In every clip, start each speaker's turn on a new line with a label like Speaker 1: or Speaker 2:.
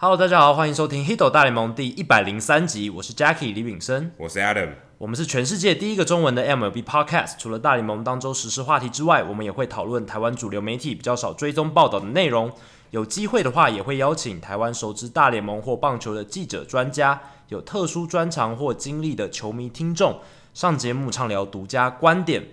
Speaker 1: Hello，大家好，欢迎收听《h i t o 大联盟》第一百零三集，我是 Jackie 李炳生，
Speaker 2: 我是 Adam。
Speaker 1: 我们是全世界第一个中文的 MLB Podcast。除了大联盟当周时事话题之外，我们也会讨论台湾主流媒体比较少追踪报道的内容。有机会的话，也会邀请台湾熟知大联盟或棒球的记者、专家，有特殊专长或经历的球迷听众上节目畅聊独家观点。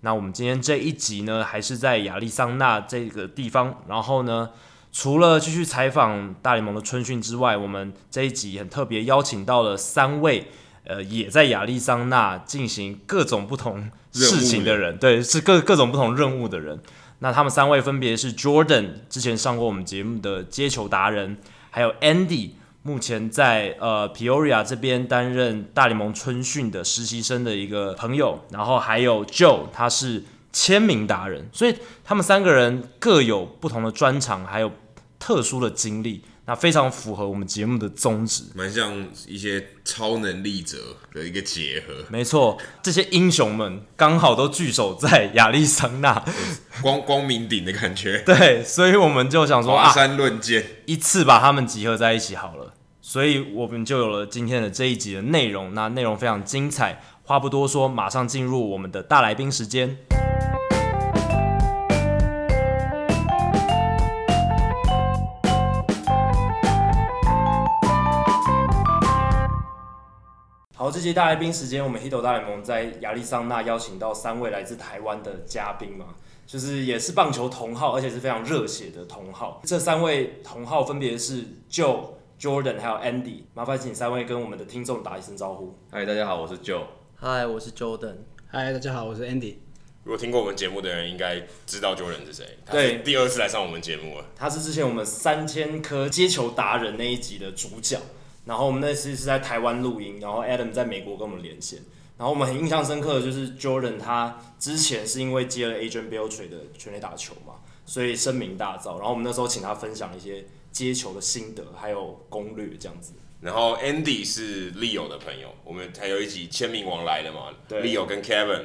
Speaker 1: 那我们今天这一集呢，还是在亚利桑那这个地方。然后呢，除了继续采访大联盟的春训之外，我们这一集很特别邀请到了三位。呃，也在亚利桑那进行各种不同事情的人，对，是各各种不同任务的人。那他们三位分别是 Jordan，之前上过我们节目的接球达人，还有 Andy，目前在呃 Peoria 这边担任大联盟春训的实习生的一个朋友，然后还有 Joe，他是签名达人，所以他们三个人各有不同的专长，还有特殊的经历，那非常符合我们节目的宗旨。
Speaker 2: 蛮像一些超能力者的一个结 合。
Speaker 1: 没错，这些英雄们刚好都聚首在亚利桑那，
Speaker 2: 光光明顶的感觉，
Speaker 1: 对，所以我们就想说
Speaker 2: 华
Speaker 1: 啊，
Speaker 2: 山论剑，
Speaker 1: 一次把他们集合在一起好了，所以我们就有了今天的这一集的内容。那内容非常精彩，话不多说，马上进入我们的大来宾时间。好，这集大来宾时间，我们 Hito 大联盟在亚利桑那邀请到三位来自台湾的嘉宾嘛，就是也是棒球同好，而且是非常热血的同好。这三位同好分别是 Joe、Jordan 还有 Andy，麻烦请三位跟我们的听众打一声招呼。
Speaker 3: 嗨，大家好，我是 Joe。
Speaker 4: 嗨，我是 Jordan。
Speaker 5: 嗨，大家好，我是 Andy。
Speaker 2: 如果听过我们节目的人，应该知道 Jordan 是谁。他
Speaker 1: 对
Speaker 2: 是第二次来上我们节目了。
Speaker 1: 他是之前我们三千颗接球达人那一集的主角，然后我们那次是在台湾录音，然后 Adam 在美国跟我们连线，然后我们很印象深刻的就是 Jordan 他之前是因为接了 Adrian Beltre 的全垒打球嘛，所以声名大噪，然后我们那时候请他分享一些接球的心得还有攻略这样子。
Speaker 2: 然后 Andy 是 Leo 的朋友，我们还有一集签名王来了嘛
Speaker 1: 对
Speaker 2: ，Leo 跟 Kevin，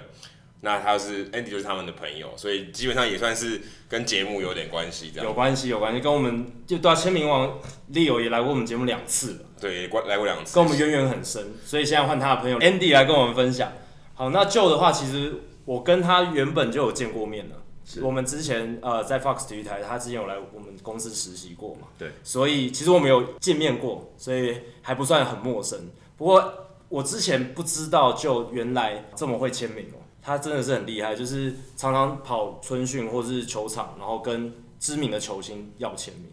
Speaker 2: 那他是 Andy 就是他们的朋友，所以基本上也算是跟节目有点关系这样。
Speaker 1: 有关系，有关系，跟我们就对啊，签名王 Leo 也来过我们节目两次了，
Speaker 2: 对，也过来过两次
Speaker 1: 跟我。们渊源很深，所以现在换他的朋友 Andy 来跟我们分享。好，那 Joe 的话，其实我跟他原本就有见过面了。我们之前呃在 Fox 体育台，他之前有来我们公司实习过嘛？
Speaker 2: 对，
Speaker 1: 所以其实我们有见面过，所以还不算很陌生。不过我之前不知道，就原来这么会签名哦、他真的是很厉害，就是常常跑春训或是球场，然后跟知名的球星要签名。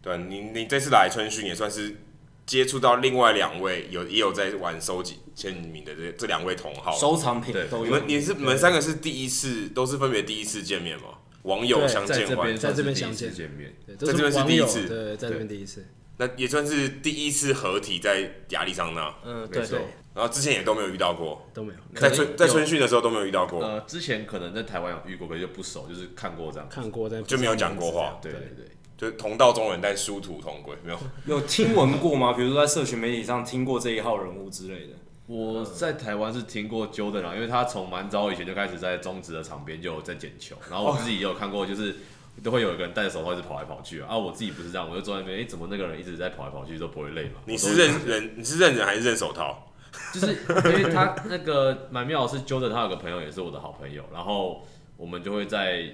Speaker 2: 对啊你，你这次来春训也算是接触到另外两位有也有在玩收集签名的这这两位同好。
Speaker 1: 收藏品
Speaker 3: 对
Speaker 1: 都
Speaker 2: 哦你
Speaker 1: 有
Speaker 2: 们。你是你们三个是第一次，都是分别第一次见面吗？网友
Speaker 1: 对
Speaker 2: 相
Speaker 3: 在
Speaker 2: 见
Speaker 3: 这
Speaker 2: 欢
Speaker 3: 边，算是
Speaker 5: 在这边
Speaker 3: 第一
Speaker 5: 相
Speaker 3: 次
Speaker 5: 见
Speaker 3: 见面，
Speaker 5: 对，
Speaker 2: 这
Speaker 5: 都
Speaker 2: 边是
Speaker 5: 网
Speaker 2: 第一
Speaker 5: 友，
Speaker 2: 次
Speaker 5: 对，在这边第一次。
Speaker 2: 那也算是第一次合体在亚利桑那，
Speaker 4: 嗯，
Speaker 3: 没
Speaker 4: 对，
Speaker 3: 错。
Speaker 2: 然后之前也都没有遇到过，
Speaker 5: 都没有
Speaker 2: 在
Speaker 3: 可能
Speaker 2: 春
Speaker 3: 有
Speaker 2: 在春训的时候都没有遇到过，
Speaker 3: 呃，之前可能在台湾有遇过，可是就不熟，就是看过这样。
Speaker 5: 看过，但
Speaker 2: 就没有讲过话
Speaker 3: 对对对，
Speaker 2: 就是同道中人但殊途同归，没有。
Speaker 3: 嗯
Speaker 1: 有听闻过吗？比如说在社群媒体上听过这一号人物之类的。
Speaker 3: 我在台湾是听过 Jordan 啊，因为他从蛮早以前就开始在中职的场边就有在捡
Speaker 5: 哦
Speaker 3: 球，然后我自己也有看过，就是都会有一个人戴着手套一直跑来跑去啊。啊，我自己不是这样，我就坐在那边，哎，怎么那个人一直在跑来跑去都不会累嘛？
Speaker 2: 你
Speaker 3: 我都
Speaker 2: 是认人，你是认人还是认手套？
Speaker 3: 就是因为他那个蛮妙的是 Jordan，他有个朋友也是我的好朋友，然后我们就会在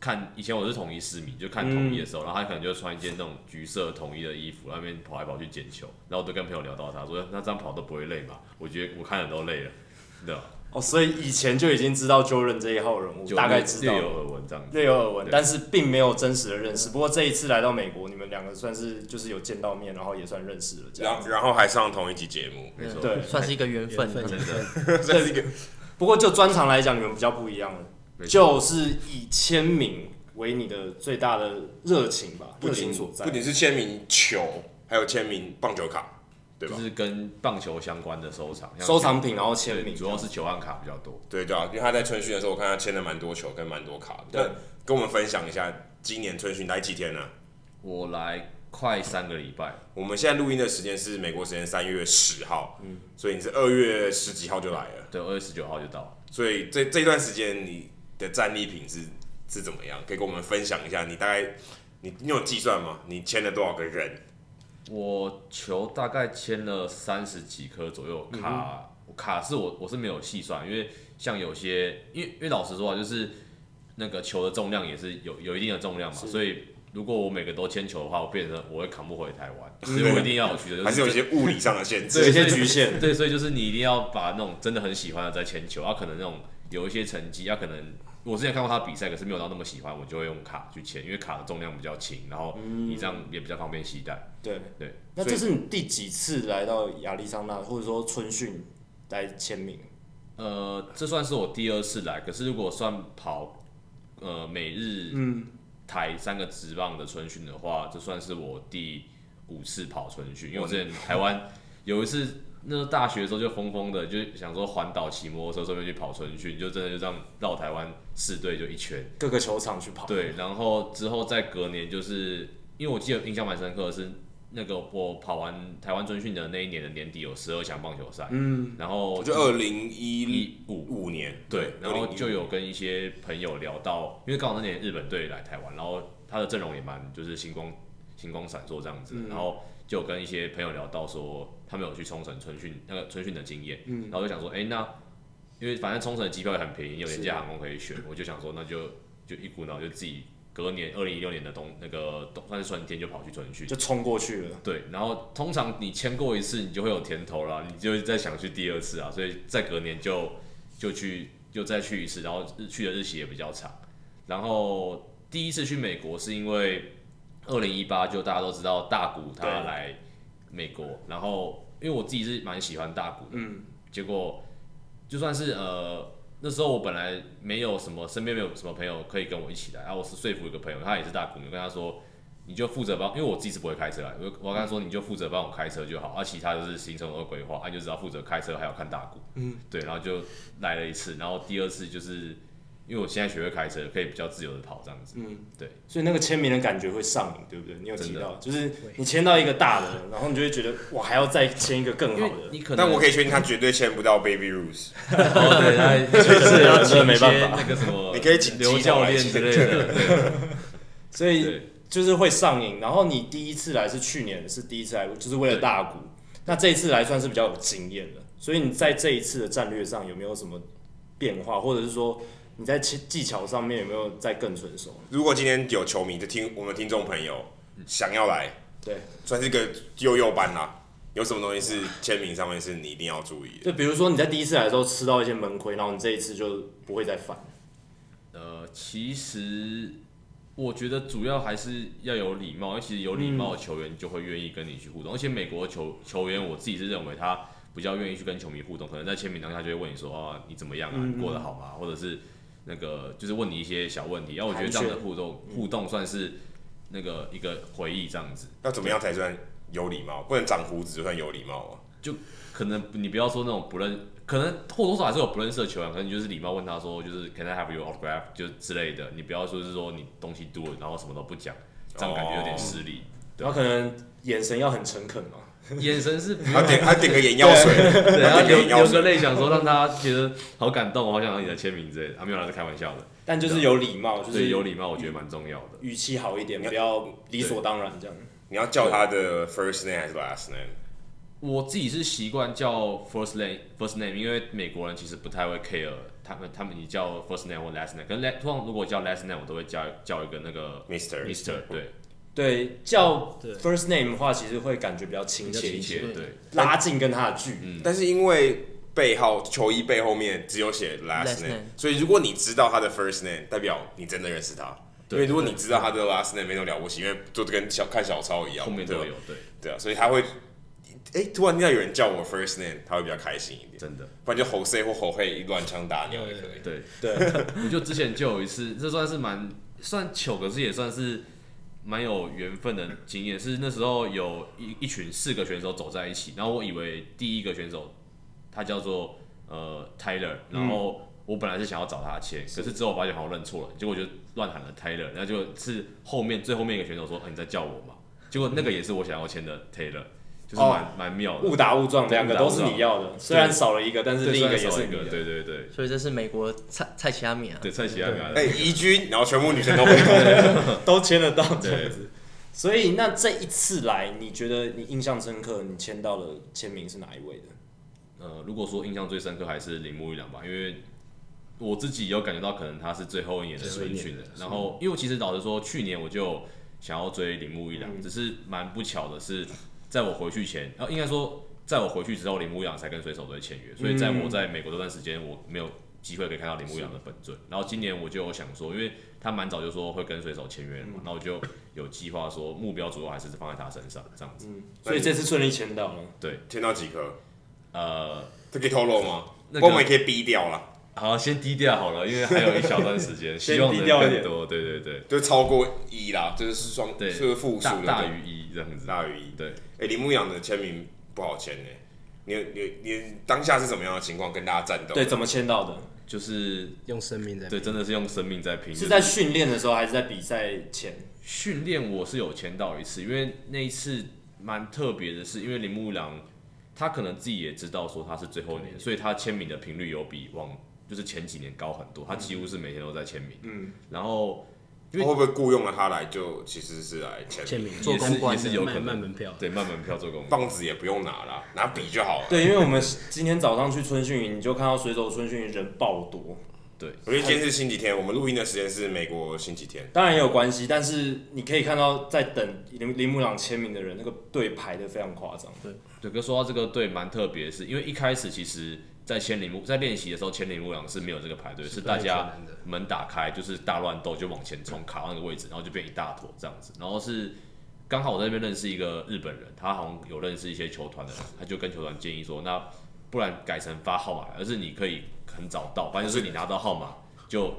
Speaker 3: 看以前我是统一市民，就看统一的时
Speaker 1: 嗯
Speaker 3: 候，然后他可能就穿一件那种橘色统一的衣服，那边跑来跑去捡球，然后我就跟朋友聊到他说，那这样跑都不会累嘛？我觉得我看人都累了，对吧？
Speaker 1: 哦，所以以前就已经知道 Jordan 这一号人物，
Speaker 3: 就
Speaker 1: 大概知道
Speaker 3: 略有耳闻这样子。
Speaker 1: 略有耳闻，
Speaker 3: 对
Speaker 1: 但是并没有真实的认识。不过这一次来到美国，你们两个算是就是有见到面，然后也算认识了这样
Speaker 2: 然。
Speaker 3: 嗯
Speaker 2: 然后还上同一集节目，
Speaker 3: 没错，
Speaker 1: 对，
Speaker 4: 算是一个缘分
Speaker 5: 缘。分，
Speaker 3: 真 的
Speaker 2: 这是一个
Speaker 1: 不过就专长来讲，你们比较不一样了，
Speaker 3: 没错
Speaker 1: 就是以签名为你的最大的热情吧，
Speaker 2: 不
Speaker 1: 热
Speaker 2: 仅
Speaker 1: 情所在
Speaker 2: 不。仅是签名球，还有签名棒球卡，对吧
Speaker 3: 就？是跟棒球相关的收藏，像
Speaker 1: 收藏品，然后签
Speaker 3: 对
Speaker 1: 名，
Speaker 3: 主要是球案卡比较多。
Speaker 2: 对对啊，因为他在春训的时候，我看他签了蛮多球跟蛮多卡的。
Speaker 1: 对
Speaker 2: 那跟我们分享一下今年春训来几天呢、
Speaker 3: 我来快三个礼拜，
Speaker 2: 我们现在录音的时间是美国时间三月十号，嗯，所以你是二月十几号就来了，
Speaker 3: 对，二月十九号就到。
Speaker 2: 所以这这段时间你的战利品是是怎么样？可以跟我们分享一下，你大概你你有计算吗？你签了多少个人？
Speaker 3: 我球大概签了三十几颗左右
Speaker 2: 嗯
Speaker 3: 卡，卡是我我是没有细算，因为像有些，因为因为老实说啊，就是那个球的重量也是有有一定的重量嘛，所以如果我每个都签球的话，我变成我会扛不回台 湾，所以我一定要有去的，
Speaker 2: 还
Speaker 3: 就
Speaker 2: 有
Speaker 3: 是
Speaker 2: 一些物理上的限
Speaker 1: 有
Speaker 3: 对
Speaker 1: 一些
Speaker 2: 制。
Speaker 3: 所以
Speaker 1: 局限
Speaker 3: 对，所以就是你一定要把那种真的很喜欢的再签球，啊，可能那种有一些成绩，啊，可能我之前看过他比赛，可是没有到那么喜欢，我就会用卡去签，因为卡的重量比较轻，然后你这样
Speaker 2: 嗯
Speaker 3: 也比较方便携带。
Speaker 1: 对
Speaker 3: 对。
Speaker 1: 那这是你第几次来到亚利桑那，或者说春训来签名？
Speaker 3: 呃，这算是我第二次来，可是如果算跑呃每日台三个职棒的春训的话，这算是我第五次跑春训，因为我之前台湾有一次。那时候大学的时候就疯疯的，就想说环岛骑摩托车，顺便去跑春训，就真的就这样绕台湾四队就一圈，
Speaker 1: 各个球场去跑？
Speaker 3: 对，然后之后再隔年，就是因为我记得印象蛮深刻的是，那个我跑完台湾春训的那一年的年底有十二强棒球赛，嗯，然后
Speaker 2: 我就二零一
Speaker 3: 一五
Speaker 2: 五年，
Speaker 3: 对，然后
Speaker 2: 2015
Speaker 3: 就有跟一些朋友聊到，因为刚好那年日本队来台湾，然后他的阵容也蛮就是星光星光闪烁这样子，然后就有跟一些朋友聊到说他们有去冲绳春训那个春训的经验，然后就想说，哎、那因为反正冲绳的机票也很便宜，有廉价航空可以选，我就想说那就就一股脑就自己隔年二零一六年的冬那个冬算是春天就跑去春训。
Speaker 1: 就冲过去了。
Speaker 3: 对，然后通常你签过一次，你就会有甜头啦，你就会再想去第二次啊，所以再隔年就就去就再去一次，然后日去的日期也比较长。然后第一次去美国是因为二零一八，就大家都知道大谷他
Speaker 1: 对
Speaker 3: 来美国，然后因为我自己是蛮喜欢大谷的，嗯，结果就算是呃。那时候我本来没有什么，身边没有什么朋友可以跟我一起来，然、后我是说服一个朋友，他也是大谷，我跟他说，你就负责帮，因为我自己是不会开车啊，我我刚才说你就负责帮我开车就好，啊，其他就是行程和规划，啊，你就只要负责开车，还有看大鼓，嗯，对，然后就来了一次，然后第二次就是因为我现在学会开车，可以比较自由的跑这样子，嗯，对，
Speaker 1: 所以那个签名的感觉会上瘾，对不对？你有提
Speaker 3: 真的
Speaker 1: 到，就是你签到一个大的，然后你就会觉得我还要再签一个更
Speaker 3: 因为
Speaker 1: 好的。
Speaker 3: 你可能，
Speaker 2: 但我可以确定他绝对签不到 Baby Rules。
Speaker 3: 哦， 对，那
Speaker 1: 是要
Speaker 3: 请
Speaker 1: 请没办法
Speaker 3: 一些那个什么，
Speaker 2: 你可以请
Speaker 3: 刘教练之类的，
Speaker 1: 所以
Speaker 3: 对，
Speaker 1: 就是会上瘾。然后你第一次来是去年是第一次来，就是为了大股。那这一次来算是比较有经验了。所以你在这一次的战略上有没有什么变化，或者是说你在技技巧上面有没有再更成熟？
Speaker 2: 如果今天有球迷就听我们听众朋友想要来，
Speaker 1: 对，
Speaker 2: 算是个幼幼班啦。有什么东西是签名上面是你一定要注意的？
Speaker 1: 就比如说你在第一次来的时候吃到一些闷亏，然后你这一次就不会再犯。
Speaker 3: 呃，其实我觉得主要还是要有礼貌，因为其实有礼貌的球员就会愿意跟你去互动，而且美国的球球员我自己是认为他比较愿意去跟球迷互动，可能在签名当下就会问你说啊你怎么样啊，你过得好吗？或者是那个就是问你一些小问题，然后我觉得这样的
Speaker 1: 寒
Speaker 3: 互动互动算是那个一个回忆这样子。
Speaker 2: 要怎么样才算有礼貌？不能长胡子就算有礼貌啊。
Speaker 3: 就可能你不要说那种不认，可能或多或少还是有不认识的球员，可能你就是礼貌问他说，就是 Can I have your autograph 就之类的，你不要说是说你东西多，然后什么都不讲，这样感觉有点失礼。
Speaker 1: 然后可能眼神要很诚恳嘛。
Speaker 3: 眼神是不
Speaker 2: 他
Speaker 3: 用，
Speaker 2: 点他点个眼药水，
Speaker 3: 对，然
Speaker 2: 他
Speaker 3: 后
Speaker 2: 点个
Speaker 3: 流
Speaker 2: 眼药
Speaker 3: 流
Speaker 2: 水
Speaker 3: 个。泪，想说让他觉得好感动，我好想要你的签名之类的。啊，没有啦，是开玩笑的，
Speaker 1: 但就是有礼貌，就
Speaker 3: 所以
Speaker 1: 是
Speaker 3: 啊有礼貌，我觉得蛮重要的。
Speaker 1: 语气好一点，
Speaker 2: 你要
Speaker 1: 不要理所当然这样。
Speaker 2: 你要叫他的 first name 还是 last name？
Speaker 3: 我自己是习惯叫 first name first name，因为美国人其实不太会 care 他们他们你叫 first name 或 last name，可是 la- 通常如果叫 last name，我都会叫叫一个那个
Speaker 2: Mister
Speaker 3: Mister 对，
Speaker 1: 对，叫
Speaker 5: 对
Speaker 1: first name 的话，其实会感觉比较亲切
Speaker 3: 亲
Speaker 1: 一些，
Speaker 3: 切
Speaker 5: 对
Speaker 3: 对。嗯
Speaker 1: 拉近跟他的距离。
Speaker 2: 但是因为背号球衣背后面只有写 last
Speaker 5: Last
Speaker 2: name，
Speaker 5: name
Speaker 2: 所以如果你知道他的 first name，代表你真的认识他。因
Speaker 3: 对
Speaker 2: 为如果你知道他的 last name，没什么了不起，因为就跟小看小抄一样，
Speaker 3: 后面都
Speaker 2: 对吧
Speaker 3: 有，对，
Speaker 2: 对啊，所以他会，哎、突然听到有人叫我 first name，他会比较开心一点，
Speaker 3: 真的，
Speaker 2: 不然就吼 C 或吼嘿一乱枪打鸟也可以。
Speaker 3: 对，
Speaker 1: 对，啊
Speaker 3: 我就之前就有一次，这算是蛮算糗，可是也算是蛮有缘分的经验。是那时候有一一群四个选手走在一起，然后我以为第一个选手他叫做呃 Tyler，然
Speaker 1: 嗯
Speaker 3: 后我本来是想要找他签，可是之后我发现好像认错了，结果就乱喊了 Tyler，然后就是后面最后面一个选手说，呃、你在叫我嘛？结果那个也是我想要签的 Taylor，就是蛮蛮、妙的
Speaker 1: 哦误。打误撞，
Speaker 3: 对
Speaker 1: 两个
Speaker 3: 误打误
Speaker 1: 都
Speaker 3: 撞
Speaker 1: 是你要的，虽然少了一个，但是
Speaker 3: 对
Speaker 1: 另一个也
Speaker 3: 算
Speaker 1: 是
Speaker 3: 一
Speaker 1: 你
Speaker 3: 个，
Speaker 1: 的。
Speaker 3: 对对对
Speaker 5: 所以这是美国菜菜奇亚米啊，
Speaker 3: 对，蔡奇亚米亚的
Speaker 2: 哎、宜君，然后全部女生都会。
Speaker 1: 都签得到这
Speaker 3: 对
Speaker 1: 样子。所以那这一次来，你觉得你印象深刻，你签到的签名是哪一位的？
Speaker 3: 呃，如果说印象最深刻还是铃木一朗吧，因为我自己有感觉到可能他是最后一年的
Speaker 1: 最后一
Speaker 3: 春
Speaker 1: 年
Speaker 3: 训的
Speaker 1: 的。
Speaker 3: 然后，因为其实老实说，去年我就想要追铃木一朗，
Speaker 1: 嗯
Speaker 3: 只是蛮不巧的是，在我回去前，呃，应该说在我回去之后，铃木一朗才跟水手队签约，所以在我
Speaker 1: 嗯
Speaker 3: 在美国这段时间，我没有机会可以看到铃木一朗的本尊。
Speaker 1: 嗯
Speaker 3: 然后今年我就有想说，因为他蛮早就说会跟水手签约了
Speaker 1: 嗯
Speaker 3: 嘛，那、我就有计划说目标主要还是放在他身上这样子。
Speaker 1: 所以这次顺利签到了。
Speaker 3: 对，
Speaker 2: 签到几颗？
Speaker 3: 呃，
Speaker 2: 这可以透露吗？
Speaker 3: 那个
Speaker 2: 我们也可以逼掉啦，
Speaker 3: 好，先低调好了，因为还有一小段 时间，
Speaker 2: 先
Speaker 3: 希望能
Speaker 2: 低调一
Speaker 3: 更
Speaker 2: 点
Speaker 3: 多。对对对
Speaker 2: 就超过一啦，就是双
Speaker 3: 对，
Speaker 2: 是负数
Speaker 3: 大
Speaker 2: 的
Speaker 3: 大于一这样子。
Speaker 2: 大于一。
Speaker 3: 对，
Speaker 2: 哎、铃木养的签名不好签哎、你你你当下是怎么样的情况跟大家战斗？
Speaker 1: 对，，怎么签到的？
Speaker 3: 就是
Speaker 5: 用生命在
Speaker 3: 对，真的是用生命在拼。
Speaker 1: 是在
Speaker 3: 就是
Speaker 1: 训练的时候还是在比赛前？
Speaker 3: 训练，我是有签到一次，因为那一次蛮特别的是，因为铃木一郎他可能自己也知道说他是最后一
Speaker 2: 嗯
Speaker 3: 年，所以他签名的频率有比往就是前几年高很多，
Speaker 2: 嗯
Speaker 3: 他几乎是每天都在签名。嗯，然后因
Speaker 2: 他会
Speaker 3: 为
Speaker 2: 不会雇佣了他来就其实是来签
Speaker 5: 签
Speaker 2: 名？
Speaker 5: 名
Speaker 3: 做
Speaker 5: 做
Speaker 3: 公关
Speaker 5: 公关
Speaker 3: 的也是有可
Speaker 5: 卖
Speaker 3: 能
Speaker 5: 卖门票，
Speaker 3: 对卖门票做功课，
Speaker 2: 棒子也不用拿啦，拿笔就好了。
Speaker 1: 对，因为我们今天早上去春训营，你就看到水手春训营人爆多，
Speaker 3: 对，
Speaker 2: 我觉得今天是星期天，我们录音的时间是美国星期天。
Speaker 1: 当然也有关系，但是你可以看到在等铃铃木朗签名的人，那个队排的非常夸张。
Speaker 3: 对，哥说到这个队蛮特别的是，因为一开始其实，在千里木在练习的时候，千里木朗是没有这个排队，是大家
Speaker 5: 的。
Speaker 3: 门打开就是大乱斗，就往前冲，卡到那个位置，然后就变一大坨这样子。然后是刚好我在那边认识一个日本人，他好像有认识一些球团的人，他就跟球团建议说，那不然改成发号码牌，而是你可以很早到，反正就是你拿到号码就。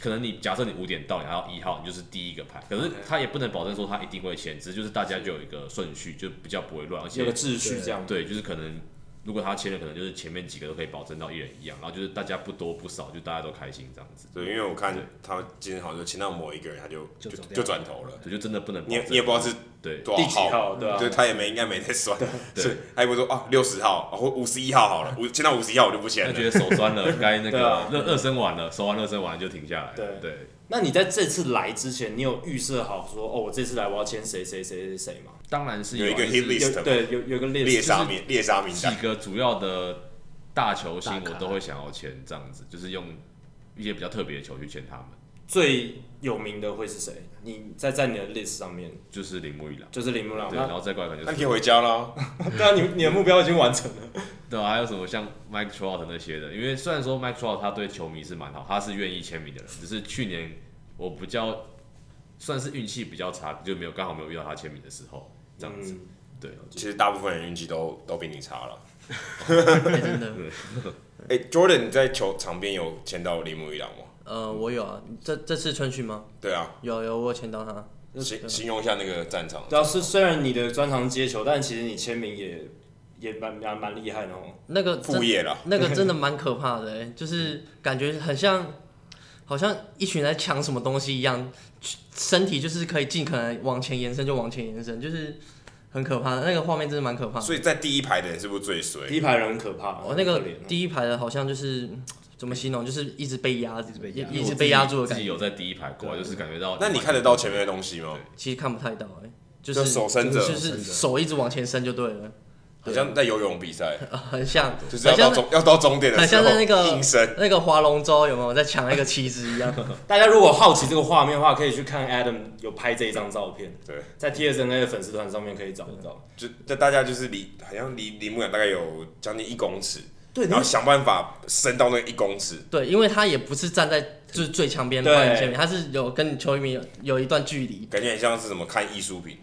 Speaker 3: 可能你假设你五点到，你拿到一号，你就是第一个排。可是他也不能保证说他一定会签，只是就是大家就有一个顺序，就比较不会乱，而且
Speaker 1: 有个秩序这样。
Speaker 3: 对，就是可能如果他签了，可能就是前面几个都可以保证到一人一样，然后就是大家不多不少，就大家都开心这样子。
Speaker 2: 对，因为我看他今天好像就签到某一个人，他就就
Speaker 5: 就走掉了
Speaker 2: 就转头了。
Speaker 3: 对，就真的不能保
Speaker 2: 你也
Speaker 3: 证
Speaker 2: 你也不知道是
Speaker 3: 对
Speaker 2: 多
Speaker 1: 第
Speaker 2: 少
Speaker 1: 几号对啊
Speaker 2: 对他也没应该没在算，
Speaker 3: 对
Speaker 2: 是他也不会说啊六十号啊或五十一号好了，我签到五十一号我就不签
Speaker 3: 他觉
Speaker 2: 了。
Speaker 3: 得手酸 了，该那
Speaker 1: 对
Speaker 3: 个
Speaker 1: 啊
Speaker 3: 热热身完了，手完热身完了就停下来。
Speaker 1: 对
Speaker 3: 对，
Speaker 1: 那你在这次来之前，你有预设好说哦，我这次来我要签谁谁谁谁谁吗？
Speaker 3: 当然是
Speaker 2: 有一个
Speaker 3: 啊就是
Speaker 2: hit list
Speaker 1: 有对，有有个
Speaker 2: 猎
Speaker 1: list，啊
Speaker 2: 杀名猎杀名
Speaker 3: 几
Speaker 2: 单，
Speaker 3: 个主要的大球星，
Speaker 5: 大
Speaker 3: 我
Speaker 5: 咖
Speaker 3: 都会想要签这样子，就是用一些比较特别的球去签他们，
Speaker 1: 最有名的会是谁？你在在你的 list 上面
Speaker 3: 就是铃木一朗。
Speaker 1: 就是铃木朗
Speaker 3: 对，
Speaker 1: 那
Speaker 3: 然后再过来可能
Speaker 2: 那你
Speaker 3: 就
Speaker 2: 可以
Speaker 3: 是
Speaker 2: 回家啦。
Speaker 1: 对啊，你你的目标已经完成了。
Speaker 3: 对啊，还有什么像 Mike Trout 那些的？因为虽然说 Mike Trout 他对球迷是蛮好，他是愿意签名的人，只是去年我比较算是运气比较差，就没有刚好没有遇到他签名的时候，这样子。
Speaker 1: 嗯
Speaker 3: 对，
Speaker 2: 其实大部分人运气都都比你差了。
Speaker 5: 哎真的，
Speaker 2: 哎、j o r d a n 你在球场边有签到铃木一朗吗？
Speaker 5: 呃，我有啊，这这次春训吗？
Speaker 2: 对啊，
Speaker 5: 有有，我有签到他，
Speaker 2: 形形容一下那个战场。
Speaker 1: 对啊，虽虽然你的专长接球，但其实你签名也也蛮蛮蛮厉害的哦。
Speaker 5: 那个真
Speaker 2: 副业啦，
Speaker 5: 那个真的蛮可怕的、欸，就是感觉很像，好像一群人在抢什么东西一样，身体就是可以尽可能往前延伸就往前延伸，就是很可怕的那个画面，真的蛮可怕的。
Speaker 2: 所以在第一排的人是不是最衰？
Speaker 1: 第一排人很可怕，
Speaker 5: 我、那个
Speaker 1: 很可怜哦
Speaker 5: 第一排的好像就是怎么形容，就是一直被压，一直
Speaker 4: 被压
Speaker 5: 一直被压住的
Speaker 3: 自
Speaker 5: 感
Speaker 3: 己
Speaker 5: 觉，
Speaker 3: 有在第一排过来，就是感觉到。
Speaker 2: 那你看得嗯到前面的东西吗？
Speaker 5: 其实看不太到、欸，就
Speaker 2: 就是手伸着
Speaker 5: 就是手一直往前伸就对了，
Speaker 2: 好像在游泳比赛，
Speaker 5: 啊很像，
Speaker 2: 就是要
Speaker 5: 很
Speaker 2: 到
Speaker 5: 像
Speaker 2: 终要到终点的
Speaker 5: 很
Speaker 2: 时候
Speaker 5: 像 在那个
Speaker 2: 硬伸。
Speaker 5: 那个划龙舟有没有在抢那个旗子一样？
Speaker 1: 大家如果好奇这个画面的话，可以去看 Adam 有拍这一张照片，
Speaker 2: 对，
Speaker 1: 在 TSNA 的粉丝团上面可以找得到。
Speaker 2: 就就大家就是离好像离铃木一朗大概有将近一公尺，
Speaker 1: 对，
Speaker 2: 然后想办法伸到那一公尺。
Speaker 5: 对，因为他也不是站在就是最强边
Speaker 1: 对
Speaker 5: 帮你签名，他是有跟球迷有有一段 距离。
Speaker 2: 感觉很像是什么看艺术品，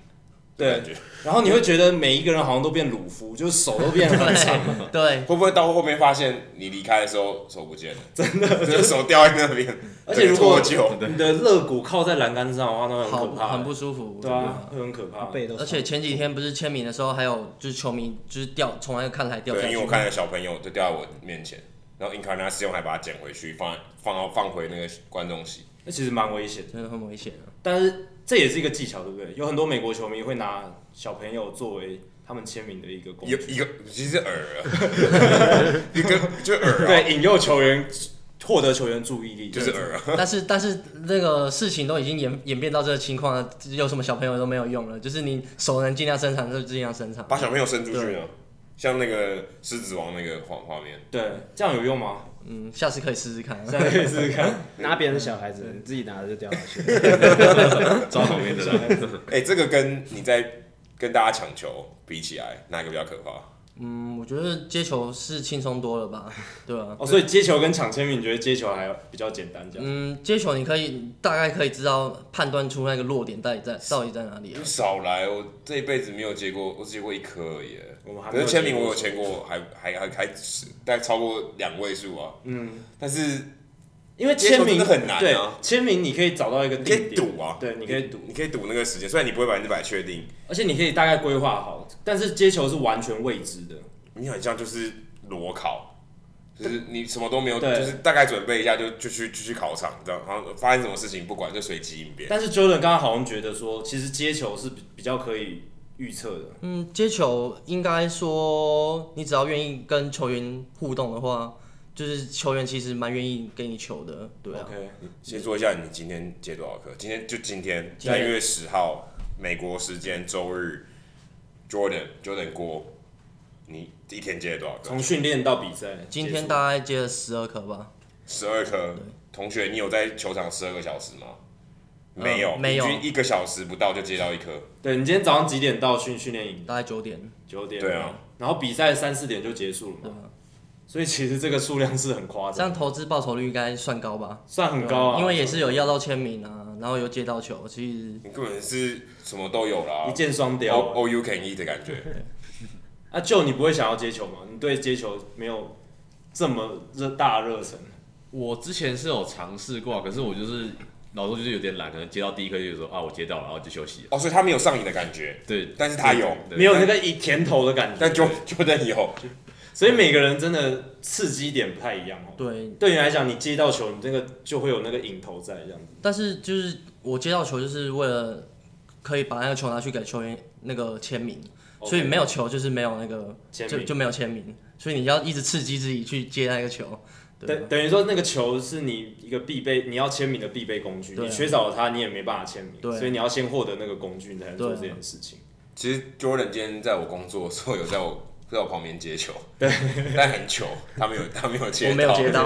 Speaker 1: 对
Speaker 2: 感觉
Speaker 1: 然后你会觉得每一个人好像都变鲁夫，就是手都 变得很长，
Speaker 5: 对对，
Speaker 2: 会不会到后面发现你离开的时候手不见了，真的，就是手掉在那边，
Speaker 1: 而且如
Speaker 2: 脱
Speaker 1: 果
Speaker 2: 臼
Speaker 1: 你的肋骨靠在栏杆上的话，那会很
Speaker 5: 好
Speaker 1: 可怕欸
Speaker 5: 很，不舒服。
Speaker 1: 对啊，会很可怕。
Speaker 4: 背都
Speaker 5: 而且前几天不是签名的时候，还有就是球迷就是掉从那个看台掉下
Speaker 2: 对，
Speaker 5: 去，
Speaker 2: 因为我看那个小朋友就掉在我面前，然后 Incarnation 还把它捡回去，放放到放回那个观众席。
Speaker 1: 那其实蛮危险的，
Speaker 5: 真的很危险啊。
Speaker 1: 但是这也是一个技巧，对不对？有很多美国球迷会拿小朋友作为他们签名的一个工具
Speaker 2: 有，一个其实是饵啊，一个就饵啊，
Speaker 1: 对，引诱球员获得球员注意力，
Speaker 2: 就是耳啊，
Speaker 5: 但是但是那个事情都已经演演变到这个情况了，有什么小朋友都没有用了。就是你熟人尽量伸长就尽量伸长，
Speaker 2: 把小朋友伸出去啊，像那个狮子王那个画画面，
Speaker 1: 对，这样有用吗？
Speaker 5: 嗯，下次可以试试看。
Speaker 1: 这 样可以试试看。
Speaker 6: 拿别人的小孩子，你自己拿着就掉下去。
Speaker 3: 抓旁边的人，
Speaker 2: 哎、这个跟你在跟大家抢球比起来，哪一个比较可怕？
Speaker 5: 嗯，我觉得接球是轻松多了吧， 对吧、
Speaker 1: 哦，所以接球跟抢签名，你觉得接球还比较简单？这样
Speaker 5: 嗯，接球你可以大概可以知道判断出那个落点到底在到底在哪里啊。
Speaker 2: 少来，我这一辈子没有接过，我只接过一颗而已。
Speaker 1: 我们还
Speaker 2: 可
Speaker 1: 没有
Speaker 2: 是签名我有
Speaker 1: 接
Speaker 2: 签过，还还还还大概超过两位数啊。嗯，但是
Speaker 1: 因为签名
Speaker 2: 接球真的很难啊
Speaker 1: 对，签名你可以找到一个
Speaker 2: 你可
Speaker 1: 定
Speaker 2: 以
Speaker 1: 点，
Speaker 2: 赌啊，
Speaker 1: 对，你可以赌，
Speaker 2: 你可以赌那个时间，虽然你不会百分之百确定，
Speaker 1: 而且你可以大概规划好，但是接球是完全未知的。
Speaker 2: 你很像就是裸考，就是你什么都没有，
Speaker 1: 对
Speaker 2: 就是大概准备一下就就去就去考场这样，然后发生什么事情不管就随机应变。
Speaker 1: 但是 Jordan 刚刚好像觉得说，其实接球是比比较可以预测的，
Speaker 5: 嗯，接球应该说你只要愿意跟球员互动的话，就是球员其实蛮愿意给你球的，对啊。
Speaker 1: OK，
Speaker 2: 先说一下你今天接多少颗？今天就今天
Speaker 1: 今
Speaker 2: 三
Speaker 1: 天
Speaker 2: 月十号美国时间周日，Jordan Jordan 郭，你一天接了多少颗
Speaker 1: 从？训练到比赛，
Speaker 5: 今天大概接了十二颗吧，
Speaker 2: 十二颗。同学，你有在球场十二个小时吗？
Speaker 1: 嗯
Speaker 2: 没有，
Speaker 5: 没有
Speaker 2: 平均一个小时不到就接到一颗。
Speaker 1: 对你今天早上几点到训训练营？
Speaker 5: 大概九点。
Speaker 1: 九点。
Speaker 2: 对啊。
Speaker 1: 然后比赛三四点就结束了嘛，所以其实这个数量是很夸
Speaker 5: 这样
Speaker 1: 张，
Speaker 5: 投资报酬率应该算高吧？
Speaker 1: 算很高啊。
Speaker 5: 因为也是有要到签名啊，然后有接到球，其实
Speaker 2: 你根本是什么都有啦
Speaker 1: 一箭双雕
Speaker 2: O
Speaker 1: 啊。
Speaker 2: O U can eat 的感觉。
Speaker 1: 啊，就你不会想要接球吗？你对接球没有这么热大热忱？
Speaker 3: 我之前是有尝试过啊，可是我就是老说就是有点懒，可能接到第一颗就说啊我接到了，然后就休息了。
Speaker 2: 哦，所以他没有上瘾的感觉，
Speaker 3: 对，
Speaker 2: 但是他有，
Speaker 3: 对
Speaker 1: 没有那个以甜头的感觉。
Speaker 2: 但 Jordan Jordan 有。
Speaker 1: 所以每个人真的刺激点不太一样哦。
Speaker 5: 对，
Speaker 1: 对你来讲，你接到球，你这个就会有那个瘾头在这样子。
Speaker 5: 但是就是我接到球就是为了可以把那个球拿去给球员那个签名，所以没有球就是没有那个
Speaker 1: 签
Speaker 5: 就
Speaker 1: 名
Speaker 5: 就没有签名，所以你要一直刺激自己去接那个球。对啊
Speaker 1: 等等于说，那个球是你一个必备，你要签名的必备工具。
Speaker 5: 对啊
Speaker 1: 你缺少了它，你也没办法签名。
Speaker 5: 对啊
Speaker 1: 所以你要先获得那个工具，你才能做
Speaker 5: 对啊
Speaker 1: 这件事情。
Speaker 2: 其实 Jordan 今天在我工作的时候有在我在我旁边接球，对，但很糗，他没有他没有接到，
Speaker 5: 我没有 接到，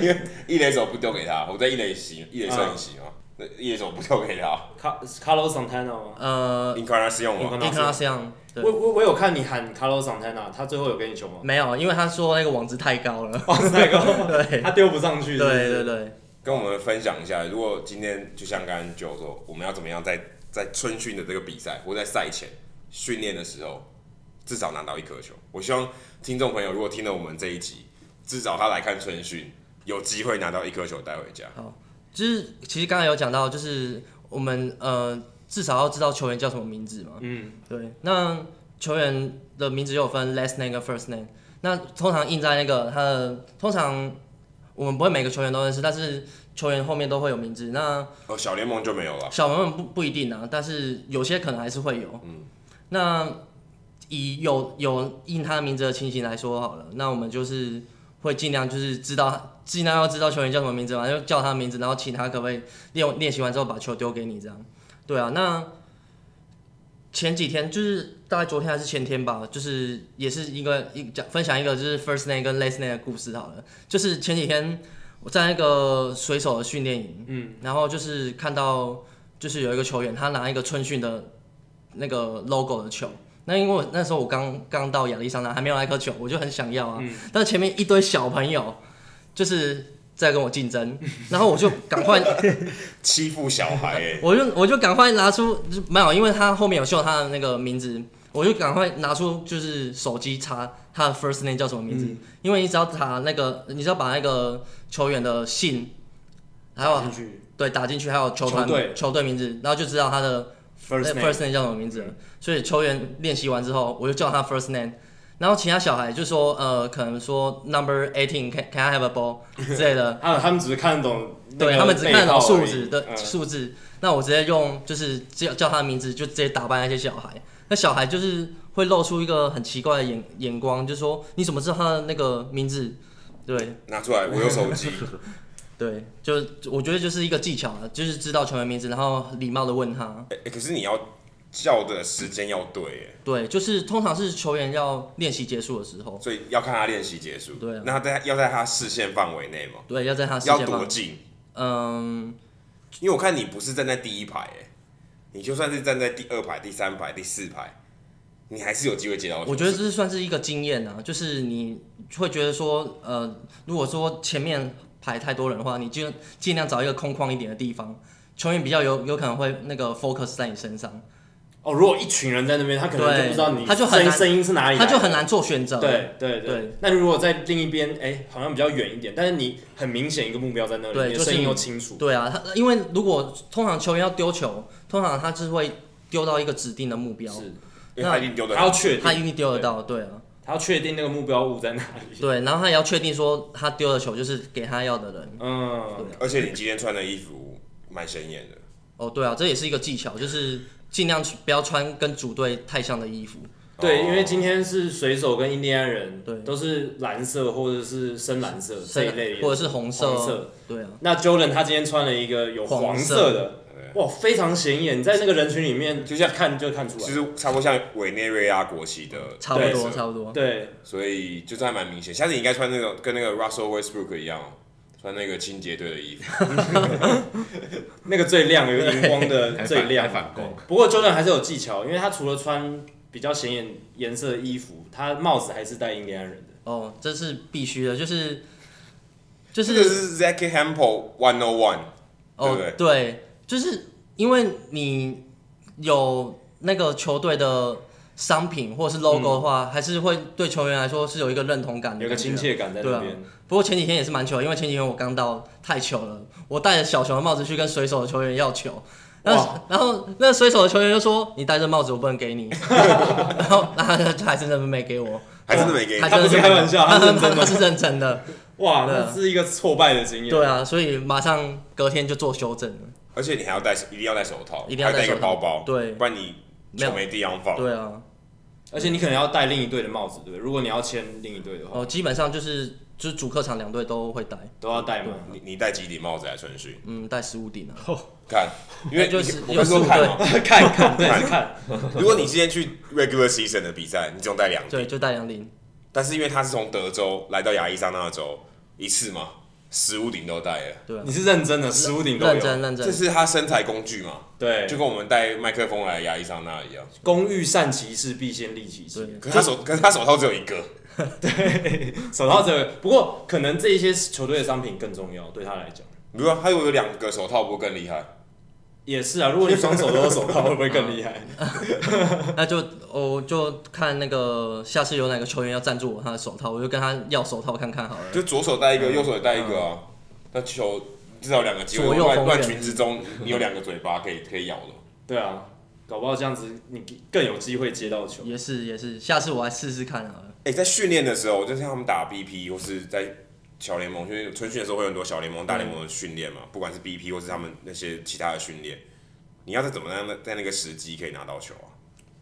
Speaker 2: 因为一垒手不丢给他，我在一垒席一垒摄影席嘛，那一垒手不丢给他，
Speaker 1: 卡 Carlos Santana 吗？
Speaker 5: 呃，
Speaker 2: 应该他是用
Speaker 1: 你看到
Speaker 2: 我，
Speaker 5: 你看他这样，对
Speaker 1: 我，我我有看你喊 Carlos Santana，他最后有给你球吗？
Speaker 5: 没有，因为他说那个网子太高了。
Speaker 1: 哇塞， 太高了，
Speaker 5: 对
Speaker 1: 他丢不上去
Speaker 5: 对
Speaker 1: 是不是
Speaker 5: 对对，
Speaker 2: 跟我们分享一下，如果今天就像刚刚就说，我们要怎么样在在春训的这个比赛或在赛前训练的时候，至少拿到一颗球。我希望听众朋友如果听了我们这一集，至少他来看春训，有机会拿到一颗球带回家。
Speaker 5: 就是其实刚才有讲到，就是我们呃至少要知道球员叫什么名字嘛。
Speaker 1: 嗯，
Speaker 5: 对，那球员的名字又有分 last name 跟 first name。那通常印在那个他的，通常我们不会每个球员都认识，但是球员后面都会有名字。那
Speaker 2: 哦，小联盟就没有了。
Speaker 5: 小朋友们不不一定啊，但是有些可能还是会有。嗯，那以有有印他名字的情形来说好了，那我们就是会尽量就是知道，尽量要知道球员叫什么名字嘛，就叫他名字，然后请他可不可以练练习完之后把球丢给你这样。对啊，那前几天就是大概昨天还是前天吧，就是也是一个一讲分享一个就是 first name 跟 last name 的故事好了，就是前几天我在那个水手的训练营，嗯，然后就是看到。就是有一个球员，他拿一个春训的那个 logo 的球。那因为我那时候我刚刚到亚利桑那，还没有那颗球，我就很想要啊。
Speaker 1: 嗯
Speaker 5: 但前面一堆小朋友就是在跟我 竞争，然后我就赶快，
Speaker 2: 欺负小孩 哎、
Speaker 5: 我就我就赶快拿出，就没有，因为他后面有秀他的那个名字，我就赶快拿出就是手机查他的 first name 叫什么名字，
Speaker 1: 嗯
Speaker 5: 因为你只要查那个，你只要把那个球员的姓，还有
Speaker 1: 进去
Speaker 5: 对打进去，还有球团
Speaker 1: 球队
Speaker 5: 球队名字，然后就知道他的
Speaker 1: first
Speaker 5: name,
Speaker 1: name，
Speaker 5: 叫什么名字了？所以球员练习完之后，我就叫他 first name，然后其他小孩就说呃，可能说 number eighteen can can I have a ball 之 类的，
Speaker 1: 啊，他们只是看得懂那个
Speaker 5: 对
Speaker 1: 内耗而已，
Speaker 5: 他们只看得懂数字
Speaker 1: 嗯
Speaker 5: 的数字，那我直接用就是叫叫他的名字，就直接打败那些小孩。那小孩就是会露出一个很奇怪的眼眼光，就说你怎么知道他的那个名字？对
Speaker 2: 拿出来，我有手机，
Speaker 5: 对，就我觉得就是一个技巧啊，就是知道球员名字，然后礼貌的问他。
Speaker 2: 哎、欸可是你要叫的时间要对，哎，
Speaker 5: 对，就是通常是球员要练习结束的时候，
Speaker 2: 所以要看他练习结束。
Speaker 5: 对啊
Speaker 2: 那他在要在他视线范围内嘛，
Speaker 5: 对，要在他视
Speaker 2: 要
Speaker 5: 线
Speaker 2: 多
Speaker 5: 范，
Speaker 2: 近？
Speaker 5: 嗯，
Speaker 2: 因为我看你不是站在第一排，哎，你就算是站在第二排、第三排、第四排，你还是有机会接到球。
Speaker 5: 我觉得这是算是一个经验啊，就是你会觉得说，呃，如果说前面排太多人的话，你就尽量找一个空旷一点的地方，球员比较有有可能会那个 focus 在你身上，
Speaker 1: 哦，如果一群人在那边，他可能就
Speaker 5: 对
Speaker 1: 不知道你
Speaker 5: 他就很
Speaker 1: 声音
Speaker 5: 难
Speaker 1: 声音是哪里来的，
Speaker 5: 他就很难做选择。，
Speaker 1: 对对对
Speaker 5: 对。
Speaker 1: 那如果在另一边，哎，好像比较远一点，但是你很明显一个目标在那里，
Speaker 5: 对
Speaker 1: 你的
Speaker 5: 就是
Speaker 1: 声音
Speaker 5: 你
Speaker 1: 又清楚。
Speaker 5: 对啊，他因为如果通常球员要丢球，通常他是会丢到一个指定的目标，
Speaker 1: 是，
Speaker 2: 因为他已经丢的
Speaker 1: 他要确
Speaker 5: 他
Speaker 1: 定，
Speaker 5: 一定丢得到，对啊，
Speaker 1: 他要确定那个目标物在哪里。
Speaker 5: 对，然后他也要确定说他丢的球就是给他要的人。
Speaker 1: 嗯，
Speaker 5: 对啊，
Speaker 2: 而且你今天穿的衣服蛮显眼的，
Speaker 5: 哦对啊，这也是一个技巧，就是尽量去不要穿跟主队太像的衣服。
Speaker 1: 对，
Speaker 2: 哦
Speaker 1: 因为今天是水手跟印第安人，
Speaker 5: 对
Speaker 1: 都是蓝色或者是深蓝色这一类的，
Speaker 5: 或者是红色，
Speaker 1: 红色
Speaker 5: 对啊，
Speaker 1: 那 Jordan 他今天穿了一个有黄色的，哇，非常显眼，在那个人群里面，就像看就看出
Speaker 2: 就
Speaker 1: 来。
Speaker 2: 是差不多像委内瑞拉国旗的，
Speaker 5: 差不多
Speaker 1: 对
Speaker 5: 差不多。
Speaker 1: 对，
Speaker 2: 所以就是还蛮明显。下次你应该穿那种跟那个 Russell Westbrook 一样、哦，穿那个清洁队的衣服。
Speaker 1: 那个最亮，有荧光的
Speaker 3: 还
Speaker 1: 最
Speaker 3: 反
Speaker 1: 亮
Speaker 3: 还。反光，
Speaker 1: 不过 Jordan 还是有技巧，因为他除了穿比较显眼颜色的衣服，他帽子还是戴印第安人的。
Speaker 5: 哦，这是必须的，就是就
Speaker 2: 这个是
Speaker 5: 是
Speaker 2: Zaki Hempel One O One，对
Speaker 5: 哦
Speaker 2: 不对
Speaker 5: 对，就是因为你有那个球队的商品或者是 logo 的话，还是会对球员来说是有一个认同感的，啊
Speaker 1: 有个亲。切感在那边。
Speaker 5: 不过前几天也是蛮糗的，因为前几天我刚到太糗了，我戴着小熊的帽子去跟水手的球员要球，然后然后那个水手的球员就说：“你戴这帽子我不能给 你。”然后然后他就还是真的没给我，
Speaker 2: 还真的没给你
Speaker 5: 他。
Speaker 1: 他
Speaker 5: 真
Speaker 1: 不
Speaker 5: 的
Speaker 1: 是开玩笑，
Speaker 5: 他
Speaker 1: 他是认真的。
Speaker 5: 他是认真的，
Speaker 1: 哇，
Speaker 5: 对啊
Speaker 1: 那是一个挫败的经验。
Speaker 5: 对啊，所以马上隔天就做修正了。
Speaker 2: 而且你还要戴，一定要戴手套，
Speaker 5: 一定
Speaker 2: 还
Speaker 5: 要戴
Speaker 2: 带一个
Speaker 5: 手套
Speaker 2: 包包，
Speaker 5: 对
Speaker 2: 不然你
Speaker 5: 没有
Speaker 2: 就没地方放。
Speaker 5: 对啊，
Speaker 1: 而且你可能要戴另一队的帽子，对不对？如果你要签另一队的话，
Speaker 5: 哦，基本上就是就是主客场两队都会戴，
Speaker 1: 都要戴嘛。
Speaker 2: 你你戴几顶帽子来春训？
Speaker 5: 嗯，戴十五顶啊，
Speaker 2: 看， 因为
Speaker 5: 那就
Speaker 2: 你
Speaker 5: 是
Speaker 2: 我
Speaker 5: 有
Speaker 2: 跟说
Speaker 5: 十五
Speaker 2: 看
Speaker 5: 队
Speaker 2: 哦，
Speaker 1: 看 看对看，
Speaker 2: 如果你今天去 regular season 的比赛，你只用戴两顶，
Speaker 5: 对，就戴两顶，
Speaker 2: 但是因为他是从德州来到亚利桑那州一次嘛，十五顶都戴了，
Speaker 5: 对啊
Speaker 1: 你，是认真的，十五顶都
Speaker 5: 认
Speaker 1: 有。
Speaker 5: 真认
Speaker 2: 这
Speaker 5: 真，
Speaker 2: 是他身材工具嘛，
Speaker 1: 对，
Speaker 2: 就
Speaker 1: 就
Speaker 2: 跟我们带麦克风来亚利桑那一样。
Speaker 1: 工欲善其事，必先利其器。
Speaker 5: 对，
Speaker 2: 可是他手，可是他手套只有一个，
Speaker 1: 手套这个，不过可能这一些球队的商品更重要，对他来讲
Speaker 2: 如果他如果有两个手套，不会更厉害？
Speaker 1: 也是啊。如果你双手都有手套，会不会更 厉
Speaker 5: 啊
Speaker 1: 害？
Speaker 5: 那就我就看那个下次有哪个球员要赞助我他的手套，我就跟他要手套看看好了。
Speaker 2: 就左手戴一个，右手也戴一个啊。那球至少有两个机会，
Speaker 5: 嗯左右
Speaker 2: 乱
Speaker 5: 逢源
Speaker 2: 乱群之中，你有两个嘴巴可以可以咬的。
Speaker 1: 对啊，搞不好这样子你更有机会接到球。
Speaker 5: 也是也是，下次我来试试看好了。
Speaker 2: 哎、在训练的时候，我就像他们打 BP 或是在小联盟，就是春训的时候会有很多小联盟、大联盟的训练嘛，不管是 BP 或是他们那些其他的训练，你要在怎么样的在那个时机可以拿到球啊？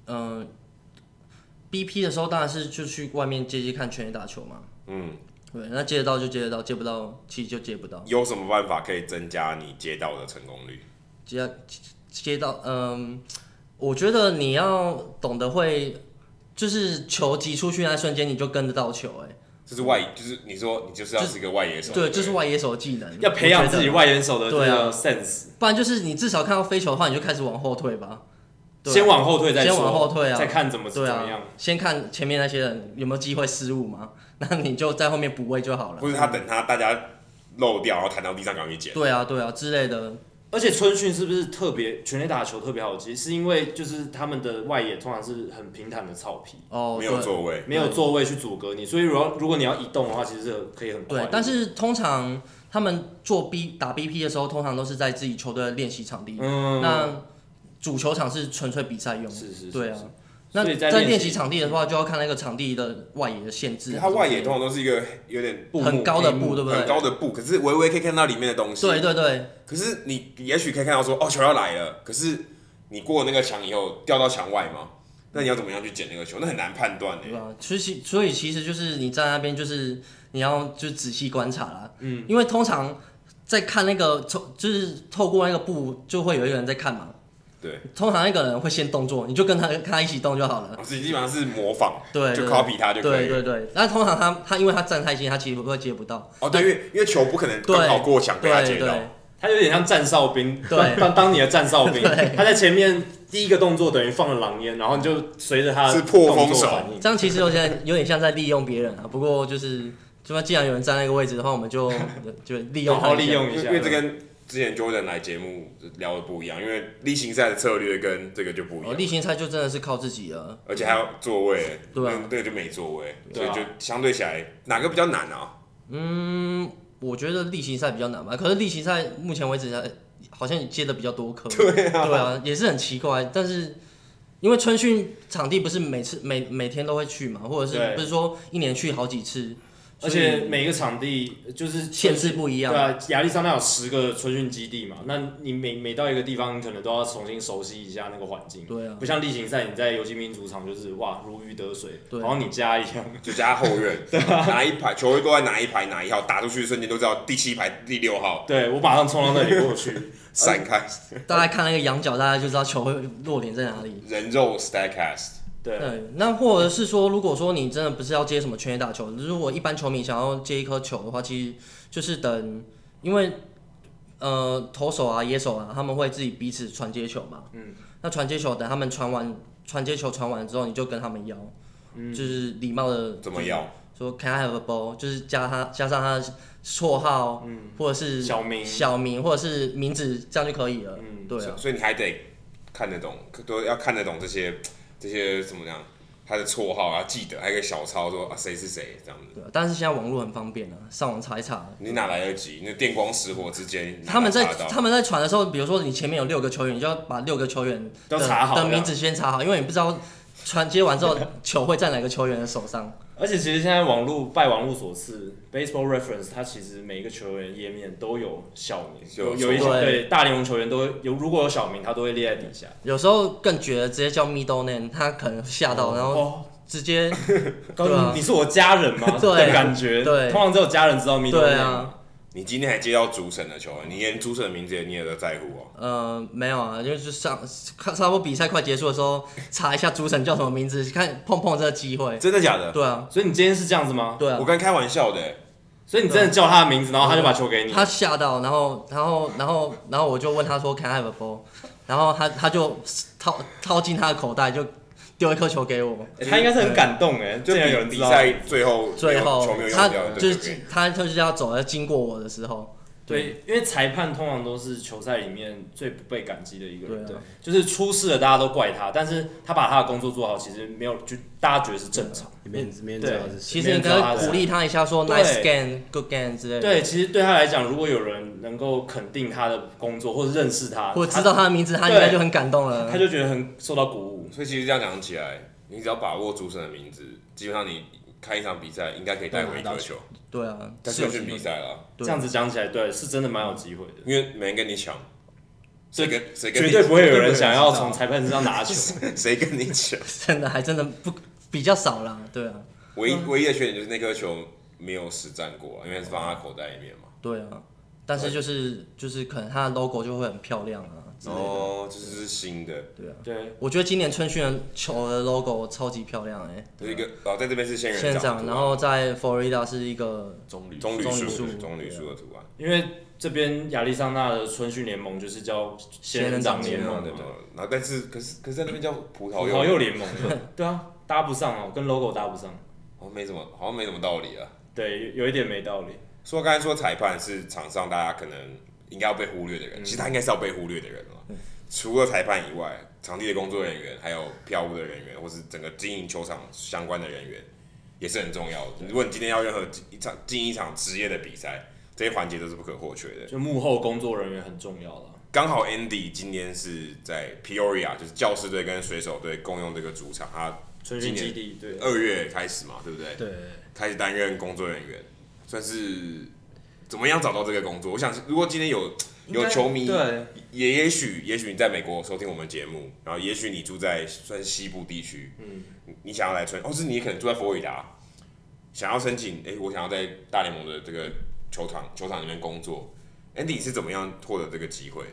Speaker 5: 嗯、b p 的时候当然是就去外面接接看全垒打球嘛。
Speaker 2: 嗯，
Speaker 5: 对，那接得到就接得到，接不到其实就接不到。
Speaker 2: 有什么办法可以增加你接到的成功率？
Speaker 5: 接接到，嗯，我觉得你要懂得会，就是球击出去那瞬间你就跟得到球、哎，
Speaker 2: 这是外，就是你说你就是要是一个外野手，
Speaker 5: 对，
Speaker 2: 不
Speaker 5: 这是外野手的技能，
Speaker 1: 要培养
Speaker 5: 我觉
Speaker 1: 自
Speaker 5: 得
Speaker 1: 己，外援手的这
Speaker 5: 对
Speaker 1: 个
Speaker 5: 啊
Speaker 1: sense，
Speaker 5: 不然就是你至少看到飞球的话，你就开始往后退吧。对啊
Speaker 1: 先往后退再说，
Speaker 5: 先往后退啊
Speaker 1: 再看怎么怎
Speaker 5: 对
Speaker 1: 么样
Speaker 5: 啊。，先看前面那些人有没有机会失误嘛，那你就在后面补位就好了
Speaker 2: 或。是他等他大家漏掉，然后弹到地上赶快去捡。
Speaker 5: 对啊，对啊之类的，
Speaker 1: 而且春训是不是特别全垒打球特别好接？是因为就是他们的外野通常是很平坦的草皮，
Speaker 5: 哦，
Speaker 2: 没有
Speaker 5: 对
Speaker 2: 座位，
Speaker 1: 没有座位去阻隔你，所以如果如果你要移动的话，其实是可以很快的。
Speaker 5: 对，但是通常他们做 B 打 BP 的时候，通常都是在自己球队的练习场地。
Speaker 1: 嗯，
Speaker 5: 那主球场是纯粹比赛用，
Speaker 1: 是是是
Speaker 5: 对啊
Speaker 1: 是。
Speaker 5: 那
Speaker 1: 所以在
Speaker 5: 在
Speaker 1: 练
Speaker 5: 练
Speaker 1: 习
Speaker 5: 习场地的话，就要看那个场地的外野的限制。
Speaker 2: 它外野通常都是一个有点
Speaker 1: 布幕
Speaker 5: 很高的
Speaker 1: 屏幕
Speaker 5: 布，对不
Speaker 2: 很
Speaker 5: 对？
Speaker 2: 高的布，可是微微可以看到里面的东西。
Speaker 5: 对对对，
Speaker 2: 可是你也许可以看到说，哦，球要来了，可是你过那个墙以后掉到墙外嘛，那那你要怎么样去捡那个球？那很难判断欸
Speaker 5: 对
Speaker 2: 诶、
Speaker 5: 吧？其实，所以其实就是你站在那边，就是你要就仔细观察啦。嗯，因为通常在看那个透，就是透过那个布，就会有一个人在看嘛。
Speaker 2: 对，
Speaker 5: 通常那个人会先动作，你就跟他跟他一起动就好了。
Speaker 2: 我自己基本上哦是模仿，
Speaker 5: 对，
Speaker 2: 就
Speaker 5: 对
Speaker 2: copy 他就可以
Speaker 5: 对
Speaker 2: 了。
Speaker 5: 对对，那通常他他因为他站太近，他其实会接不到。
Speaker 2: 哦，对，因为因为球不可能
Speaker 5: 对
Speaker 2: 刚好过墙被他
Speaker 5: 对
Speaker 2: 接到
Speaker 5: 对，
Speaker 1: 他有点像站哨兵，
Speaker 5: 对
Speaker 1: 当当当你的站哨兵
Speaker 5: 对，
Speaker 1: 他在前面第一个动作等于放了狼烟，然后你就随着他的
Speaker 2: 是破风
Speaker 1: 动作
Speaker 2: 手
Speaker 1: 反应。
Speaker 5: 这样其实有点有点像在利用别人啊。不过就是，就说既然有人站那个位置的话，我们就就利用
Speaker 1: 好
Speaker 5: 他
Speaker 1: 好
Speaker 5: 一下
Speaker 1: 利用
Speaker 2: 因
Speaker 1: 一
Speaker 2: 为
Speaker 1: 下，
Speaker 2: 因为这跟之前 Jordan 来节目聊的不一样，因为例行赛的策略跟这个就不一
Speaker 5: 哦，
Speaker 2: 样，
Speaker 5: 例行赛就真的是靠自己了。
Speaker 2: 而且还有座位，
Speaker 5: 对啊
Speaker 2: 那那个就没座位，所
Speaker 1: 对
Speaker 2: 以
Speaker 1: 啊
Speaker 2: 就相对起来哪个比较难 啊？
Speaker 5: 嗯，我觉得例行赛比较难吧。可是例行赛目前为止呃好像也接的比较多颗， 对啊，也是很奇怪。但是因为春训场地不是每次每每天都会去嘛，或者是
Speaker 1: 对
Speaker 5: 不是说一年去好几次，
Speaker 1: 而
Speaker 5: 所以
Speaker 1: 且每个场地就是
Speaker 5: 限制不一样。
Speaker 1: 对啊，亚利桑那有十个春训基地嘛，那你每每到一个地方，你可能都要重新熟悉一下那个环境。
Speaker 5: 对啊
Speaker 1: 不像例行赛，你在游击兵主场就是哇如鱼得水，
Speaker 5: 对
Speaker 1: 好像你家一样。
Speaker 2: 就加后院，
Speaker 5: 啊
Speaker 2: 哪一排球队都在哪一排哪一号打出去的瞬间都知道第七排第六号
Speaker 1: 对我马上冲到那里过去，
Speaker 2: 闪开
Speaker 5: 大家看那个羊角，大家就知道球会落点在哪里。
Speaker 2: 人肉 stackcast，
Speaker 1: 对，啊
Speaker 5: 对，那或者是说，如果说你真的不是要接什么全垒打球，如果一般球迷想要接一颗球的话，其实就是等，因为呃投手啊、野手啊，他们会自己彼此传接球嘛。嗯。那传接球，等他们传完传接球传完之后，你就跟他们要，就是礼貌的
Speaker 2: 怎么样？
Speaker 5: 说 Can I have a ball？就是加他加上他的绰号，嗯，或者是
Speaker 1: 小名
Speaker 5: 小名或者是名字，这样就可以了。嗯，对啊
Speaker 2: 所。所以你还得看得懂，都要看得懂这些这些怎么样，他的绰号啊，记得，还有一个小抄说啊谁是谁这样子，
Speaker 5: 对啊，但是现在网络很方便啊，上网查一查，
Speaker 2: 你哪来得及？那电光石火之间，
Speaker 5: 他们在
Speaker 2: 你哪查得到
Speaker 5: 他们在传的时候，比如说你前面有六个球员，你就要把六个球员
Speaker 1: 都
Speaker 5: 的
Speaker 1: 查好
Speaker 5: 的
Speaker 1: 这样
Speaker 5: 名字先查好，因为你不知道传接完之后球会在哪个球员的手上。
Speaker 1: 而且其实现在网络拜网络所赐，Baseball Reference 它其实每一个球员页面都有小名，
Speaker 2: 有
Speaker 1: 有有一些
Speaker 5: 对
Speaker 1: 对大联盟球员都会有，如果有小名，他都会列在底下。
Speaker 5: 有时候更绝的，直接叫 middle name，他可能吓到，然后
Speaker 1: 哦，
Speaker 5: 直接
Speaker 1: 高
Speaker 5: 对啊
Speaker 1: 你是我家人吗？
Speaker 5: 对
Speaker 1: 的感觉，
Speaker 5: 对
Speaker 1: 通常只有家人知道 m i d
Speaker 5: 对啊，
Speaker 2: 你今天还接到主审的球，你连主审的名字也你也都在乎 哦。
Speaker 5: 呃没有啊，就是上看差不多比赛快结束的时候，查一下主审叫什么名字，看碰碰这个机会。
Speaker 2: 真的假的？
Speaker 5: 对啊，
Speaker 1: 所以你今天是这样子吗？
Speaker 5: 对啊
Speaker 2: 我，刚开玩笑的欸，
Speaker 1: 所以你真的叫他的名字，然后他就把球给你。
Speaker 5: 他吓到，然后，然后，然后，然后我就问他说 “Can I have a ball？” 然后他他就掏掏进他的口袋，就丢一颗球给我。
Speaker 2: 哎
Speaker 1: 欸他应该是很感动哎，
Speaker 2: 就
Speaker 1: 竟然有人
Speaker 2: 比
Speaker 1: 知
Speaker 2: 比
Speaker 1: 道。
Speaker 2: 赛最后
Speaker 5: 最
Speaker 2: 没有球
Speaker 5: 后
Speaker 2: 没有
Speaker 5: 他
Speaker 2: 用掉，
Speaker 5: 就
Speaker 2: 对
Speaker 5: 是
Speaker 2: 对
Speaker 5: 他就是要走，要经过我的时候，
Speaker 1: 对，因为裁判通常都是球赛里面最不被感激的一个人，
Speaker 5: 对啊
Speaker 1: 就是出事了大家都怪他，但是他把他的工作做好，其实没有就大家觉得是正常。
Speaker 6: 里面里面知
Speaker 1: 对
Speaker 6: 道是谁
Speaker 5: 其实你可以鼓励他一下，说
Speaker 1: 对
Speaker 5: “Nice game, good game” 之类的，
Speaker 1: 对，其实对他来讲，如果有人能够肯定他的工作或者认识他，
Speaker 5: 或者知道他的名字，他应该就很感动
Speaker 1: 他，
Speaker 5: 了
Speaker 1: 他。就觉得很受到鼓舞。
Speaker 2: 所以其实这样讲起来，你只要把握主审的名字，基本上你开一场比赛应该可以带回一颗球，
Speaker 5: 对啊，
Speaker 2: 但
Speaker 5: 是
Speaker 2: 是
Speaker 5: 有
Speaker 2: 去
Speaker 5: 机
Speaker 2: 比
Speaker 5: 会
Speaker 2: 赛了，
Speaker 1: 这
Speaker 5: 对
Speaker 1: 样子讲起来，对，是真的蛮有机会的，
Speaker 2: 因为没人跟你抢，谁跟谁跟
Speaker 1: 绝
Speaker 2: 你
Speaker 1: 对不会有人想要
Speaker 6: 知道
Speaker 1: 从裁判身上拿球。
Speaker 2: 谁跟你抢？
Speaker 5: 真的还真的不比较少啦，对啊，
Speaker 2: 唯一唯一的缺点就是那颗球没有实战过啊，因为是放在他口袋里面嘛。
Speaker 5: 对啊。但是就是就是可能他的 logo 就会很漂亮啊之类的。
Speaker 2: 哦，这就是新的，
Speaker 1: 对，啊
Speaker 5: 我觉得今年春训的球的 logo 超级漂亮哎、
Speaker 2: 就是一个哦，在这边是仙
Speaker 5: 仙
Speaker 2: 人
Speaker 5: 人掌，
Speaker 2: 掌的
Speaker 5: 然
Speaker 2: 图案，
Speaker 5: 后在 Florida 是一个
Speaker 3: 棕榈
Speaker 2: 棕榈
Speaker 5: 棕榈
Speaker 2: 树
Speaker 5: 树
Speaker 2: 对棕榈树的图案，
Speaker 1: 因为这边亚利桑那的春训联盟就是叫仙人掌
Speaker 5: 啊
Speaker 1: 联盟
Speaker 2: 对对
Speaker 1: 嘛，。
Speaker 2: 嗯然后但是可是可是在那边叫葡萄
Speaker 1: 葡
Speaker 2: 柚
Speaker 1: 萄柚联盟，对啊，搭不上哦，跟 logo 搭不上，
Speaker 2: 好哦像没什么，好像没什么道理啊。
Speaker 1: 对，有有一点没道理。
Speaker 2: 说刚才说裁判是场上大家可能应该要被忽略的人，其实他应该是要被忽略的人了。除了裁判以外，场地的工作人员，还有票务的人员，或是整个经营球场相关的人员，也是很重要的。如果你今天要任何一场进一场职业的比赛，这些环节都是不可或缺的。
Speaker 1: 就幕后工作人员很重要了。
Speaker 2: 刚好 Andy 今天是在 Peoria，就是教师队跟水手队共用这个主场，他
Speaker 1: 春训基地，
Speaker 2: 呃
Speaker 1: 对，
Speaker 2: 二月开始嘛，对不对？
Speaker 6: 对，
Speaker 2: 开始担任工作人员，算是怎么样找到这个工作？我想，如果今天有有球迷，
Speaker 6: 对，
Speaker 2: 也也许也许你在美国收听我们节目，然后也许你住在算西部地区，嗯，你想要来春，哦，是你可能住在佛罗里达，想要申请，哎、我想要在大联盟的这个球场球场里面工作。Andy 你是怎么样获得这个机会的？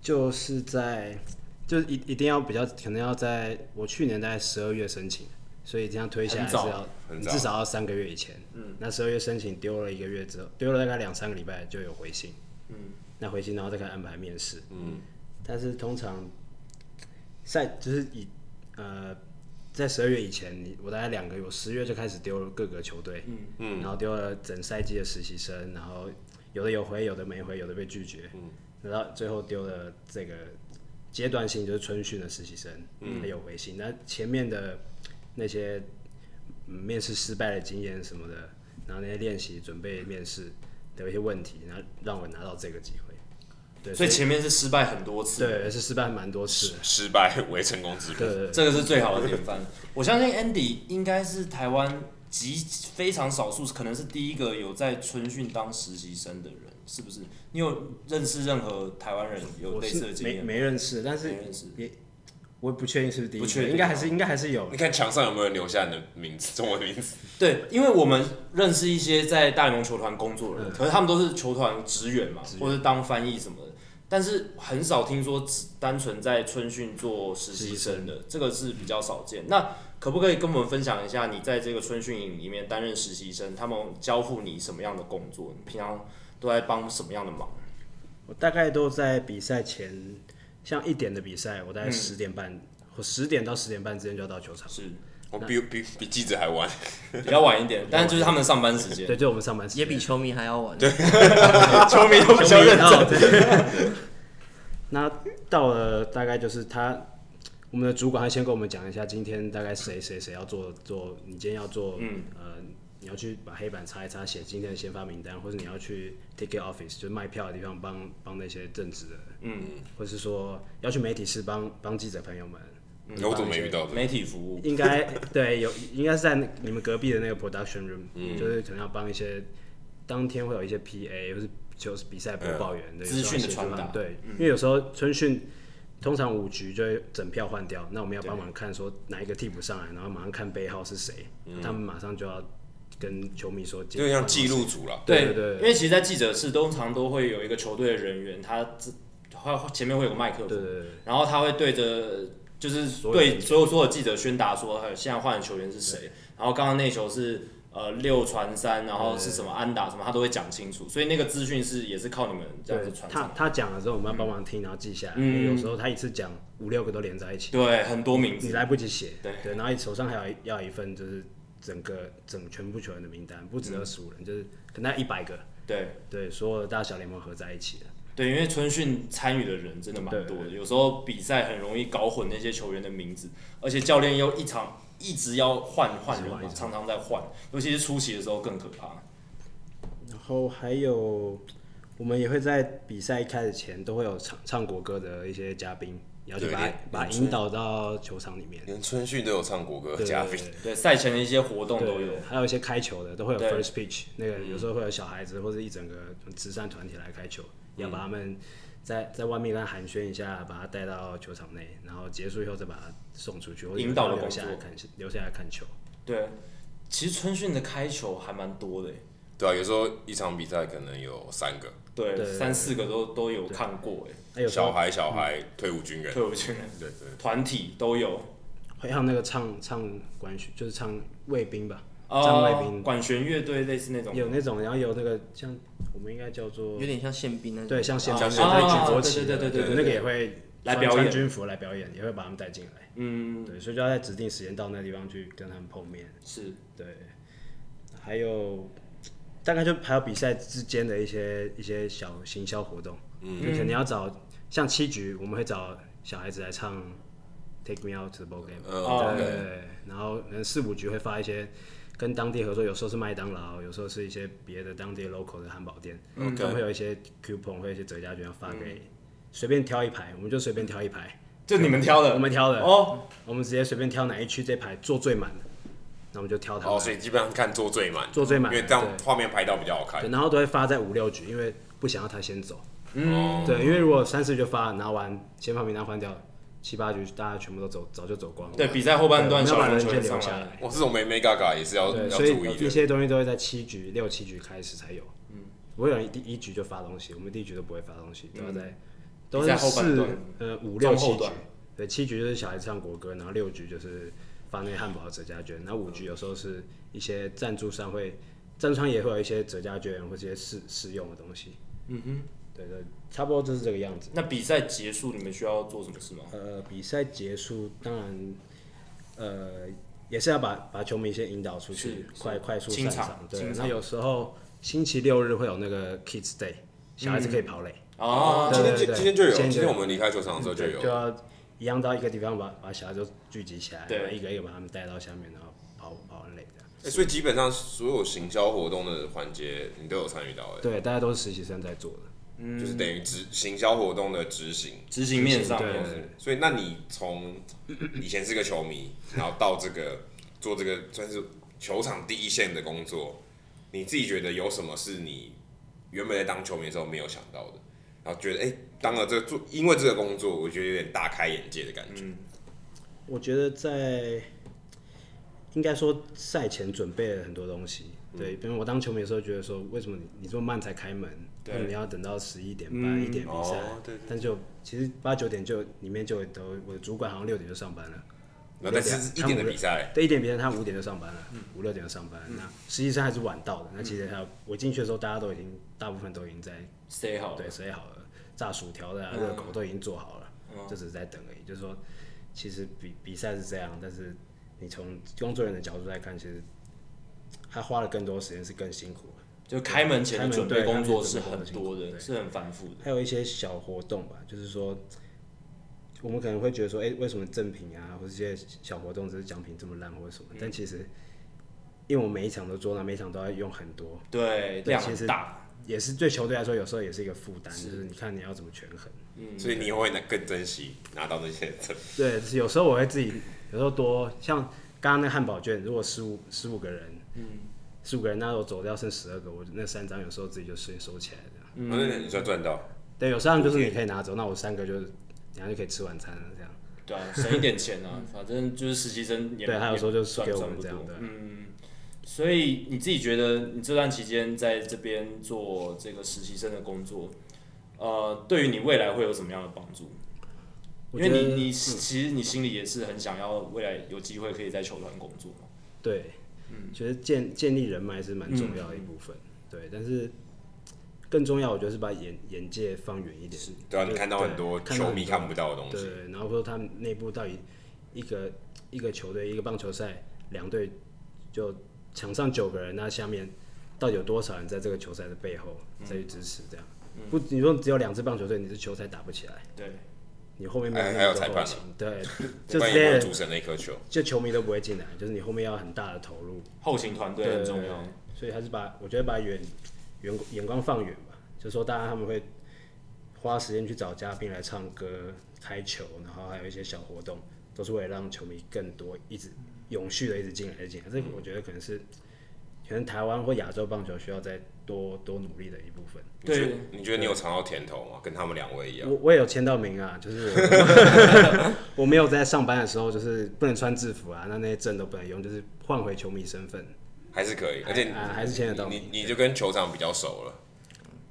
Speaker 6: 就是在就一一定要比较，可能要在我去年大概十二月申请，所以这样推下来
Speaker 7: 很
Speaker 6: 是
Speaker 7: 早
Speaker 6: 要
Speaker 2: 很早
Speaker 6: 至少要三个月以前。嗯，那十二月申请丢了一个月之后，丢了大概两三个礼拜就有回信。嗯，那回信然后再开始安排面试。
Speaker 2: 嗯，
Speaker 6: 但是通常赛就是以呃在十二月以前，你我大概两个月，我十月就开始丢了各个球队，嗯嗯，然后丢了整赛季的实习生，然后有的有回，有的没回，有的被拒绝，嗯，然后最后丢了这个阶段性就是春训的实习生，嗯，有回信，那前面的那些嗯面试失败的经验什么的，然后那些练习准备面试的一些问题，然后让我拿到这个机会。对，
Speaker 1: 所以前面是失败很多次，
Speaker 6: 对，是失败蛮多次的。
Speaker 2: 失败为成功之
Speaker 6: 对
Speaker 2: 母。
Speaker 6: 对对，
Speaker 1: 这个是最好的典范。我相信 Andy 应该是台湾极非常少数，可能是第一个有在春训当实习生的人，是不是？你有认识任何台湾人有
Speaker 6: 我
Speaker 1: 类似的
Speaker 6: 是
Speaker 1: 经
Speaker 6: 没
Speaker 1: 验吗？
Speaker 6: 没认识，但是
Speaker 1: 没认识
Speaker 6: 也我也不确定是不是第一
Speaker 1: 不确
Speaker 6: 个，
Speaker 1: 定哦
Speaker 6: 应该还是应该还是有
Speaker 2: 你。看墙上有没有人留下你的名字，中文名字？
Speaker 1: 对，因为我们认识一些在大联盟球团工作的人，可是他们都是球团嗯职员嘛，或是当翻译什么的，但是很少听说只单纯在春训做实习生的，这个是比较少见。那可不可以跟我们分享一下，你在这个春训营里面担任实习生，他们交付你什么样的工作？你平常都在帮什么样的忙？
Speaker 6: 我大概都在比赛前，像一点的比赛，我
Speaker 1: 嗯
Speaker 6: 大概十点半或十点到十点半之间就要到球场。
Speaker 1: 是
Speaker 2: 我比比比记者还 晚。
Speaker 1: 比较晚一 点，但是就是他们的上班时间。
Speaker 6: 对，就我们上班时
Speaker 5: 也
Speaker 6: 间
Speaker 5: 比球迷还要晚。对，
Speaker 1: 球迷都比较认真。
Speaker 6: 哦 那到了大概就是他，我们的主管他先跟我们讲一下，今天大概谁谁谁要做做，你今天要做，嗯呃，你要去把黑板擦一擦，写今天的先发名单，或者你要去 ticket office 就是卖票的地方帮帮那些正职的，嗯，或是说要去媒体室帮帮记者朋友们，
Speaker 2: 我怎么没遇到的？
Speaker 1: 媒体服务，
Speaker 6: 应该对有应该是在那你们隔壁的那个 production room，、就是
Speaker 1: 嗯
Speaker 6: 可能要帮一些当天会有一些 PA 或是就是比赛播报员
Speaker 1: 嗯
Speaker 6: 的
Speaker 1: 资讯的
Speaker 6: 有时候要
Speaker 1: 传达嗯
Speaker 6: 协助他们对，因为有时候春训通常五局就会整票换掉，那我们要帮忙看说哪一个替补上来，然后马上看背号是谁，
Speaker 1: 嗯
Speaker 6: 他们马上就要跟球迷说，
Speaker 2: 有点像记录组了。
Speaker 1: 对
Speaker 6: 对对
Speaker 1: 因为其实，在记者室通常都会有一个球队的人员，他自他前面会有个麦克风，
Speaker 6: 对对对
Speaker 1: 然后他会对着就是
Speaker 6: 有
Speaker 1: 对所有所有记者宣达说，呃现在换的球员是谁，然后刚刚那球是呃六传三，然后是什么安打什么，他都会讲清楚，所以那个资讯是也是靠你们这样
Speaker 6: 对
Speaker 1: 子，传
Speaker 6: 他
Speaker 1: 上来。
Speaker 6: 他讲了之后，我们要帮忙听，然后记下来，
Speaker 1: 嗯
Speaker 6: 因为有时候他一次讲五六个都连在一起。
Speaker 1: 对，很多名
Speaker 6: 你
Speaker 1: 字，
Speaker 6: 来不及写，
Speaker 1: 对
Speaker 6: 然后你手上还有要一份就是整个整全部球员的名单，不止二十五人，就是可能一百个，
Speaker 1: 对
Speaker 6: 对，所有的大小联盟合在一起的，
Speaker 1: 对，因为春训参与的人真的蛮多的，有时候比赛很容易搞混那些球员的名字，而且教练又一场一直要换换人嘛，常常在换，尤其是初期的时候更可怕。
Speaker 6: 然后还有我们也会在比赛一开始前都会有唱唱国歌的一些嘉宾，也要去把
Speaker 2: 对
Speaker 6: 他把他引导到球场里面，
Speaker 2: 连春训都有唱国歌，嘉宾。
Speaker 1: 对，赛前的一些活动都有
Speaker 6: 对，。还有一些开球的都会有
Speaker 1: 对嗯
Speaker 6: first pitch，那个有时候会有小孩子或者一整个慈善团体来开球，要把他们在在外面跟他寒暄一下，把他带到球场内，然后结束以后再把他送出去，或者
Speaker 1: 引导的
Speaker 6: 留
Speaker 1: 工
Speaker 6: 下来
Speaker 1: 作
Speaker 6: 看留下来看球。
Speaker 1: 对，其实春训的开球还蛮多的耶，欸
Speaker 2: 对啊，有时候一场比赛可能有三个
Speaker 1: 对，
Speaker 6: 对
Speaker 1: 三四个都都有看过，
Speaker 6: 那哎有时嗯
Speaker 2: 小
Speaker 6: 候
Speaker 2: 孩、小孩、退伍军
Speaker 1: 哎，
Speaker 2: 人。
Speaker 1: 退伍军人
Speaker 2: 对对。
Speaker 1: 团体都有，
Speaker 6: 会让那个唱唱管弦，就是唱卫兵吧，张卫
Speaker 1: 呃，
Speaker 6: 兵
Speaker 1: 管弦乐队类似那种，
Speaker 6: 有那种，然后有那个像我们应该叫做
Speaker 5: 有点像宪兵那种。
Speaker 6: 对，像现
Speaker 2: 像
Speaker 6: 在举
Speaker 2: 现在
Speaker 6: 国旗
Speaker 1: 啊
Speaker 6: 的，
Speaker 1: 对对对对对对
Speaker 6: 那个也会
Speaker 1: 来
Speaker 6: 穿
Speaker 1: 表
Speaker 6: 穿
Speaker 1: 演
Speaker 6: 军服来表演，也会把他们带进来。嗯，对，所以就要在指定时间到那地方去跟他们碰面。
Speaker 1: 是
Speaker 6: 对，还有大概就还有比赛之间的一些一些小行销活动，嗯，就可能要找像七局，我们会找小孩子来唱《Take Me Out to the Ball Game》，
Speaker 2: 嗯
Speaker 1: 哦
Speaker 6: 对
Speaker 2: OK
Speaker 6: 然后可能四五局会发一些跟当地合作，有时候是麦当劳，有时候是一些别的当地 local 的汉堡店，
Speaker 1: 嗯
Speaker 2: OK
Speaker 6: 他们会有一些 coupon，会有一些折价券要发给。随便挑一排，我们就随便挑一排，
Speaker 1: 就你们挑的，
Speaker 6: 我们挑的
Speaker 1: 哦，
Speaker 6: 我们直接随便挑哪一区这排坐最满的，那我们就挑他们
Speaker 2: 哦，所以基本上看做最满，
Speaker 6: 做最满
Speaker 2: 因为这样
Speaker 6: 对
Speaker 2: 画面拍到比较好看
Speaker 6: 对，。然后都会发在五六局，因为不想要他先走。
Speaker 1: 嗯
Speaker 2: 哦，
Speaker 6: 对，因为如果三四局就发，拿完先把名单换掉，七八局大家全部都走，早就走光了。
Speaker 1: 对，比赛后半段
Speaker 6: 对我
Speaker 1: 小
Speaker 6: 们要把
Speaker 1: 龙
Speaker 6: 人
Speaker 1: 球
Speaker 6: 先
Speaker 1: 员
Speaker 6: 留
Speaker 1: 上
Speaker 6: 下
Speaker 1: 来，
Speaker 6: 来。
Speaker 2: 我这种没没嘎嘎也是要
Speaker 6: 对，
Speaker 2: 要
Speaker 6: 所以
Speaker 2: 注意
Speaker 6: 这
Speaker 2: 的。
Speaker 6: 些东西都会在七局、六七局开始才有。嗯，不会有人第一局就发东西，我们第一局都不会发东西，都要在都
Speaker 1: 比赛
Speaker 6: 是
Speaker 1: 后半
Speaker 6: 四
Speaker 1: 段
Speaker 6: 呃
Speaker 1: 中
Speaker 6: 五六
Speaker 1: 后
Speaker 6: 七局
Speaker 1: 段。
Speaker 6: 对，七局就是小孩子唱国歌，然后六局就是发那些汉堡折价券，然后五局有时候是一些赞助商会，赞助商也会有一些折价券或者一些试试用的东西。嗯哼，对对，差不多就是这个样子。
Speaker 1: 那比赛结束你们需要做什么事吗？
Speaker 6: 呃，比赛结束，当然，呃，也是要把把球迷先引导出
Speaker 1: 是
Speaker 6: 去，
Speaker 1: 是
Speaker 6: 快快速
Speaker 1: 清
Speaker 6: 散
Speaker 1: 场
Speaker 6: 场。对
Speaker 1: 清，
Speaker 6: 那
Speaker 1: 场
Speaker 6: 有时候星期六日会有那个 Kids Day，小孩子可以跑垒，
Speaker 1: 啊，
Speaker 2: 今天
Speaker 6: 对对
Speaker 2: 就今
Speaker 6: 对
Speaker 2: 天就有，
Speaker 6: 哦今天就有
Speaker 2: 今天我们离开球场的时候就
Speaker 6: 对，
Speaker 2: 有
Speaker 6: 就。要一样到一个地方把把小孩子聚集起来，
Speaker 1: 对
Speaker 6: 然后一个一个把他们带到下面，然后跑跑完垒这样。
Speaker 2: 欸所以基本上所有行销活动的环节你都有参与到，欸
Speaker 6: 对，大家都是实习生在做的。
Speaker 2: 就是等于执行销活动的执行。
Speaker 1: 执行面上
Speaker 6: 对
Speaker 1: 面
Speaker 6: 对
Speaker 2: 所以，那你从以前是个球迷，然后到这个做这个算是球场第一线的工作，你自己觉得有什么是你原本在当球迷的时候没有想到的？然后觉得，哎、当了这个做，因为这个工作，我觉得有点大开眼界的感觉。
Speaker 6: 嗯我觉得在应该说赛前准备了很多东西。
Speaker 2: 嗯
Speaker 6: 对，比如我当球迷的时候，觉得说为什么你你这么慢才开门？
Speaker 1: 对
Speaker 6: 为什么你要等到十一点半
Speaker 1: 嗯
Speaker 6: 一点比赛
Speaker 2: 哦对对。
Speaker 6: 但就其实八九点就里面就都我的主管好像六点就上班了。
Speaker 2: 然后，但是一点的比赛，
Speaker 6: 对，一点比赛他五点就上班了，
Speaker 2: 嗯
Speaker 6: 五六点就上班。那实际上还是晚到的。那其实他我进去的时候，大家都已经大部分都已经在
Speaker 1: ，stay 好，
Speaker 6: 对，所以好了，炸薯条的啊、热、狗都已经做好了，就只是在等而已。就是说，其实比比赛是这样，但是你从工作人员的角度来看，其实他花了更多时间，是更辛苦的。
Speaker 1: 就开门前
Speaker 6: 开
Speaker 1: 的
Speaker 6: 门
Speaker 1: 准备
Speaker 6: 对
Speaker 1: 工作
Speaker 6: 开门
Speaker 1: 是
Speaker 6: 前的
Speaker 1: 很
Speaker 6: 准备
Speaker 1: 多
Speaker 6: 工作
Speaker 1: 的，
Speaker 6: 对
Speaker 1: 是很繁复的。
Speaker 6: 还有一些小活动吧，就是说，我们可能会觉得说，哎、为什么赠品啊，或者一些小活动，只是奖品这么烂，或者什么？但其实，因为我们每一场都做到，每一场都要用很多，
Speaker 1: 对，
Speaker 6: 对
Speaker 1: 量
Speaker 6: 其
Speaker 1: 很
Speaker 6: 实
Speaker 1: 大，
Speaker 6: 也是对球队来说，有时候也是一个负担，就是你看你要怎么权衡。
Speaker 2: 所以你会更珍惜拿到那些成
Speaker 6: 对，是有时候我会自己，有时候多像刚刚那汉堡卷，如果十五十五个人，嗯，十五个人，那我走掉剩十二个，我那三张有时候自己就先收起来这样。
Speaker 2: 反正你算赚到。
Speaker 6: 对，有时候就是你可以拿走，那我三个就是，等下就可以吃晚餐了这样。
Speaker 1: 对啊，省一点钱 啊，反正就是实习生也
Speaker 6: 对，还有时候就是
Speaker 1: 也
Speaker 6: 给
Speaker 1: 赚
Speaker 6: 我
Speaker 1: 赚
Speaker 6: 们
Speaker 1: 不
Speaker 6: 这
Speaker 1: 多嗯
Speaker 6: 样。对，
Speaker 1: 所以你自己觉得你这段期间在这边做这个实习生的工作，呃，对于你未来会有什么样的帮助？
Speaker 6: 我
Speaker 1: 因
Speaker 6: 觉
Speaker 1: 为
Speaker 6: 得嗯
Speaker 1: 你你其实你心里也是很想要未来有机会可以在球团工作嘛。
Speaker 6: 对，觉得建建立人脉是蛮重要的一部分。对，但是更重要，我觉得是把眼眼界放远一点。
Speaker 2: 对啊，你看到很多
Speaker 6: 对看到
Speaker 2: 球迷
Speaker 6: 很多
Speaker 2: 看不到的东西。
Speaker 6: 对，然后说他们内部到底一个一个球队一个棒球赛两队就场上九个人，那下面到底有多少人在这个球赛的背后
Speaker 2: 嗯
Speaker 6: 再去支持这样？不，你说只有两支棒球队，你是球赛打不起来，
Speaker 1: 对，
Speaker 6: 你后面没有
Speaker 2: 哎
Speaker 6: 那
Speaker 2: 还有
Speaker 6: 么多
Speaker 2: 裁判
Speaker 6: 后
Speaker 2: 啊
Speaker 6: 勤，对，
Speaker 2: 不
Speaker 6: 就
Speaker 2: 然也
Speaker 6: 这些
Speaker 2: 没有
Speaker 6: 人
Speaker 2: 主审那颗球。
Speaker 6: 就球迷都不会进来，就是你后面要很大的投入，
Speaker 1: 后勤团队很重要。
Speaker 6: 所以还是把我觉得把远远眼光放远吧，就说大家他们会花时间去找嘉宾来唱歌、开球，然后还有一些小活动，都是为了让球迷更多一直永续的一直进来、一直进来。这个我觉得可能是可能台湾或亚洲棒球需要再多 多努力的一部分。
Speaker 2: 你觉得
Speaker 1: 对
Speaker 2: 你觉得你有尝到甜头吗？跟他们两位一样。
Speaker 6: 我我也有签到名啊，就是我我没有在上班的时候，就是不能穿制服啊，那那些证都不能用，就是换回球迷身份。
Speaker 2: 还是可以，而且
Speaker 6: 啊还是签得到
Speaker 2: 你，你就跟球场比较熟了，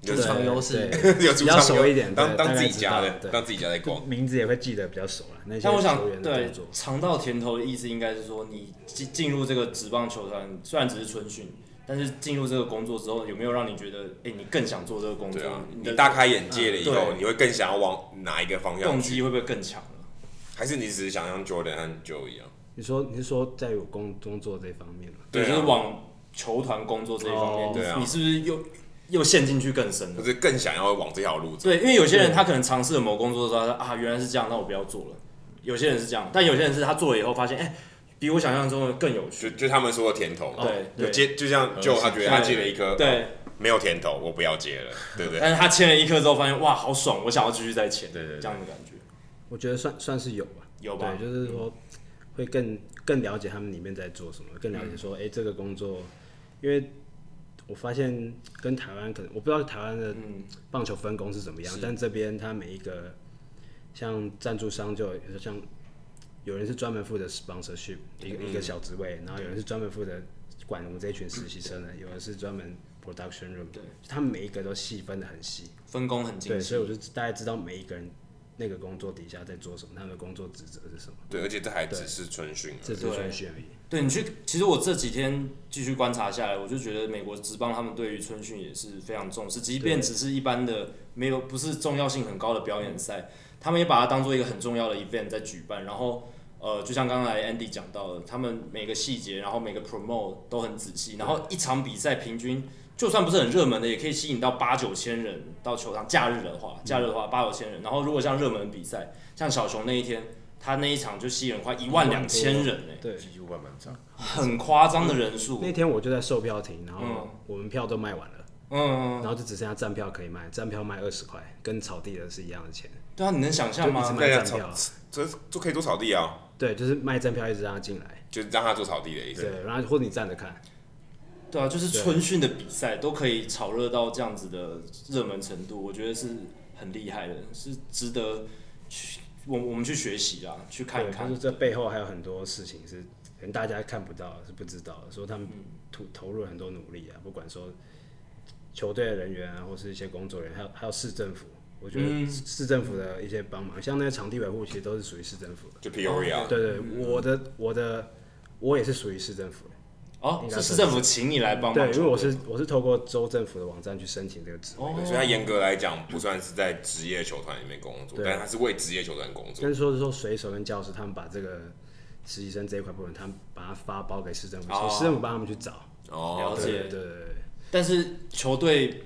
Speaker 2: 你就
Speaker 5: 主场优势
Speaker 6: 对
Speaker 2: 有
Speaker 6: 比
Speaker 2: 主
Speaker 6: 较
Speaker 2: 场
Speaker 6: 熟
Speaker 2: 有
Speaker 6: 一点，
Speaker 2: 当
Speaker 6: 对
Speaker 2: 当
Speaker 6: 大
Speaker 2: 自
Speaker 6: 概
Speaker 2: 己
Speaker 6: 知
Speaker 2: 家
Speaker 6: 道
Speaker 2: 的，
Speaker 6: 对
Speaker 2: 当自己家在逛。
Speaker 6: 名字也会记得比较熟了。那些
Speaker 1: 但我
Speaker 6: 球
Speaker 1: 想，
Speaker 6: 员的
Speaker 1: 对
Speaker 6: 动作，
Speaker 1: 尝到甜头的意思应该是说，你进进入这个职棒球团，虽然只是春训，但是进入这个工作之后，有没有让你觉得，哎、你更想做这个工作？
Speaker 2: 对啊，
Speaker 1: 你
Speaker 2: 你
Speaker 1: 的
Speaker 2: 大开眼界了以
Speaker 6: 啊
Speaker 2: 后，
Speaker 1: 对
Speaker 2: 你会更想要往哪一啊个方向
Speaker 1: 动
Speaker 2: 去？
Speaker 1: 机会不会更强了？
Speaker 2: 还是你只是想像 Jordan 和 Joe 一样？
Speaker 6: 你说你是说在我工工作这方面吗？
Speaker 2: 对啊
Speaker 1: 就是往球团工作这一方面，
Speaker 6: 哦
Speaker 1: 你
Speaker 2: 对啊
Speaker 1: 你是不是又又陷进去更深
Speaker 2: 就
Speaker 1: 了？
Speaker 2: 是更想要往这条路走？
Speaker 1: 对，因为有些人他可能尝试了某工作之后，他说啊，原来是这样，那我不要做了。有些人是这样，但有些人是他做了以后发现，哎、比我想象中的更有
Speaker 2: 就
Speaker 1: 趣。
Speaker 2: 就他们说的甜头嘛，
Speaker 6: 哦
Speaker 1: 对
Speaker 2: 就
Speaker 1: 对
Speaker 2: 接就
Speaker 6: 呃
Speaker 2: 像 Joe 他觉得他接了一颗，
Speaker 1: 对，
Speaker 2: 没有甜头，我不要接了，对不对？
Speaker 1: 但是他签了一颗之后，发现哇，好爽，我想要继续再签，
Speaker 8: 对对对
Speaker 1: 这样的感觉。
Speaker 6: 我觉得算算是有吧，
Speaker 1: 有吧
Speaker 6: 对，就是说，会更更了解他们里面在做什么，更了解说，哎、这个工作，因为我发现跟台湾可能我不知道台湾的棒球分工嗯是怎么样，但这边它每一个像赞助商就有有像有人是专门负责 sponsorship 一个、一个小职位，然后有人是专门负责管我们这一群实习生的，有人是专门 production room，对，他们每一个都细分的很细，
Speaker 1: 分工很精
Speaker 6: 对，
Speaker 1: 细，
Speaker 6: 所以我就大概知道每一个人那个工作底下在做什么，他们的工作职责是什么，
Speaker 2: 对，而且这还只是春训而已，啊
Speaker 6: 这是顺序而已。
Speaker 1: 对你去，其实我这几天继续观察下来，我就觉得美国职棒他们对于春训也是非常重视，即便只是一般的没有不是重要性很高的表演赛，他们也把它当做一个很重要的 event 在举办。然后呃，就像刚才 Andy 讲到的，他们每个细节，然后每个 promote 都很仔细，然后一场比赛平均就算不是很热门的，也可以吸引到八九千人到球场。假日的话，假日的话八九千人，然后如果像热门比赛，像小熊那一天。他那一场就吸引了快一万两千人欸呢、
Speaker 6: 对，
Speaker 2: 几乎满满场。
Speaker 1: 很夸张的人数。
Speaker 6: 那天我就在售票亭，然后
Speaker 1: 嗯
Speaker 6: 我们票都卖完了，
Speaker 1: 嗯，
Speaker 6: 然后就只剩下站票可以卖，站票卖二十块，跟草地的是一样的钱，
Speaker 1: 对啊，你能想象
Speaker 6: 就一直
Speaker 1: 吗？
Speaker 6: 卖
Speaker 2: 对啊
Speaker 6: 站票，
Speaker 2: 这就可以做草地啊，
Speaker 6: 对，就是卖站票一直让他进来，
Speaker 2: 就是让他做草地的意思。
Speaker 6: 对，然后或者你站着看，
Speaker 1: 对啊，就是春训的比赛都可以炒热到这样子的热门程度，我觉得是很厉害的，是值得去我我们去学习啊，去看一
Speaker 6: 对
Speaker 1: 看
Speaker 6: 就是。这背后还有很多事情是可能大家看不到，是不知道的，说他们
Speaker 1: 嗯
Speaker 6: 投投入了很多努力啊，不管说球队的人员啊，或是一些工作人员，还有还有市政府，我觉
Speaker 1: 嗯
Speaker 6: 得市政府的一些帮忙，像那些场地维护，其实都是属于市政府
Speaker 1: 啊
Speaker 6: 的。
Speaker 2: 就 Peoria，
Speaker 6: 对对，
Speaker 1: 嗯
Speaker 6: 我的我的我也是属于市政府的，
Speaker 1: 哦，
Speaker 6: 应该
Speaker 1: 是
Speaker 6: 是
Speaker 1: 市政府请你来帮忙。
Speaker 6: 对，因为我是我是透过州政府的网站去申请这个
Speaker 1: 哦
Speaker 6: 职位，
Speaker 2: 对所以他严格来讲不算是在职业球团里面工作，
Speaker 1: 啊
Speaker 6: 对
Speaker 2: 但他是为职业球团工作。
Speaker 6: 但是说是说水手跟教师他们把这个实习生这一块部分，他们把它发包给市政府，其
Speaker 1: 哦
Speaker 6: 实市政府帮他们去找，
Speaker 1: 了
Speaker 2: 哦，
Speaker 6: 对
Speaker 1: 解
Speaker 6: 对对对。对
Speaker 1: 但是球队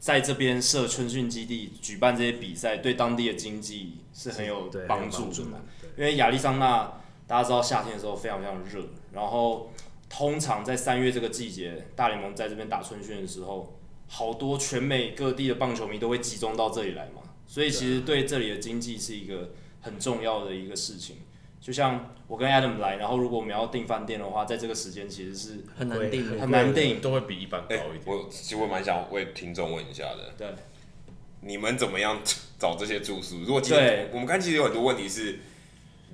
Speaker 1: 在这边设春训基地举办这些比赛，对当地的经济是很有
Speaker 6: 对
Speaker 1: 帮
Speaker 6: 很有帮
Speaker 1: 助
Speaker 6: 助
Speaker 1: 的
Speaker 6: 的
Speaker 1: 嘛。
Speaker 6: 对
Speaker 1: 因为亚利桑那大家知道夏天的时候非常非常热，然后通常在三月这个季节，大联盟在这边打春训的时候，好多全美各地的棒球迷都会集中到这里来嘛，所以其实对这里的经济是一个很重要的一个事情。就像我跟 Adam 来，然后如果我们要订饭店的话，在这个时间其实是
Speaker 5: 很难定
Speaker 6: 会
Speaker 5: 的。
Speaker 1: 很难订。
Speaker 3: 都会比一般高一点。
Speaker 2: 哎我其实我蛮想为听众问一下的，
Speaker 1: 对，
Speaker 2: 你们怎么样找这些住宿？如果今天
Speaker 1: 对
Speaker 2: 我们看，其实有很多问题是，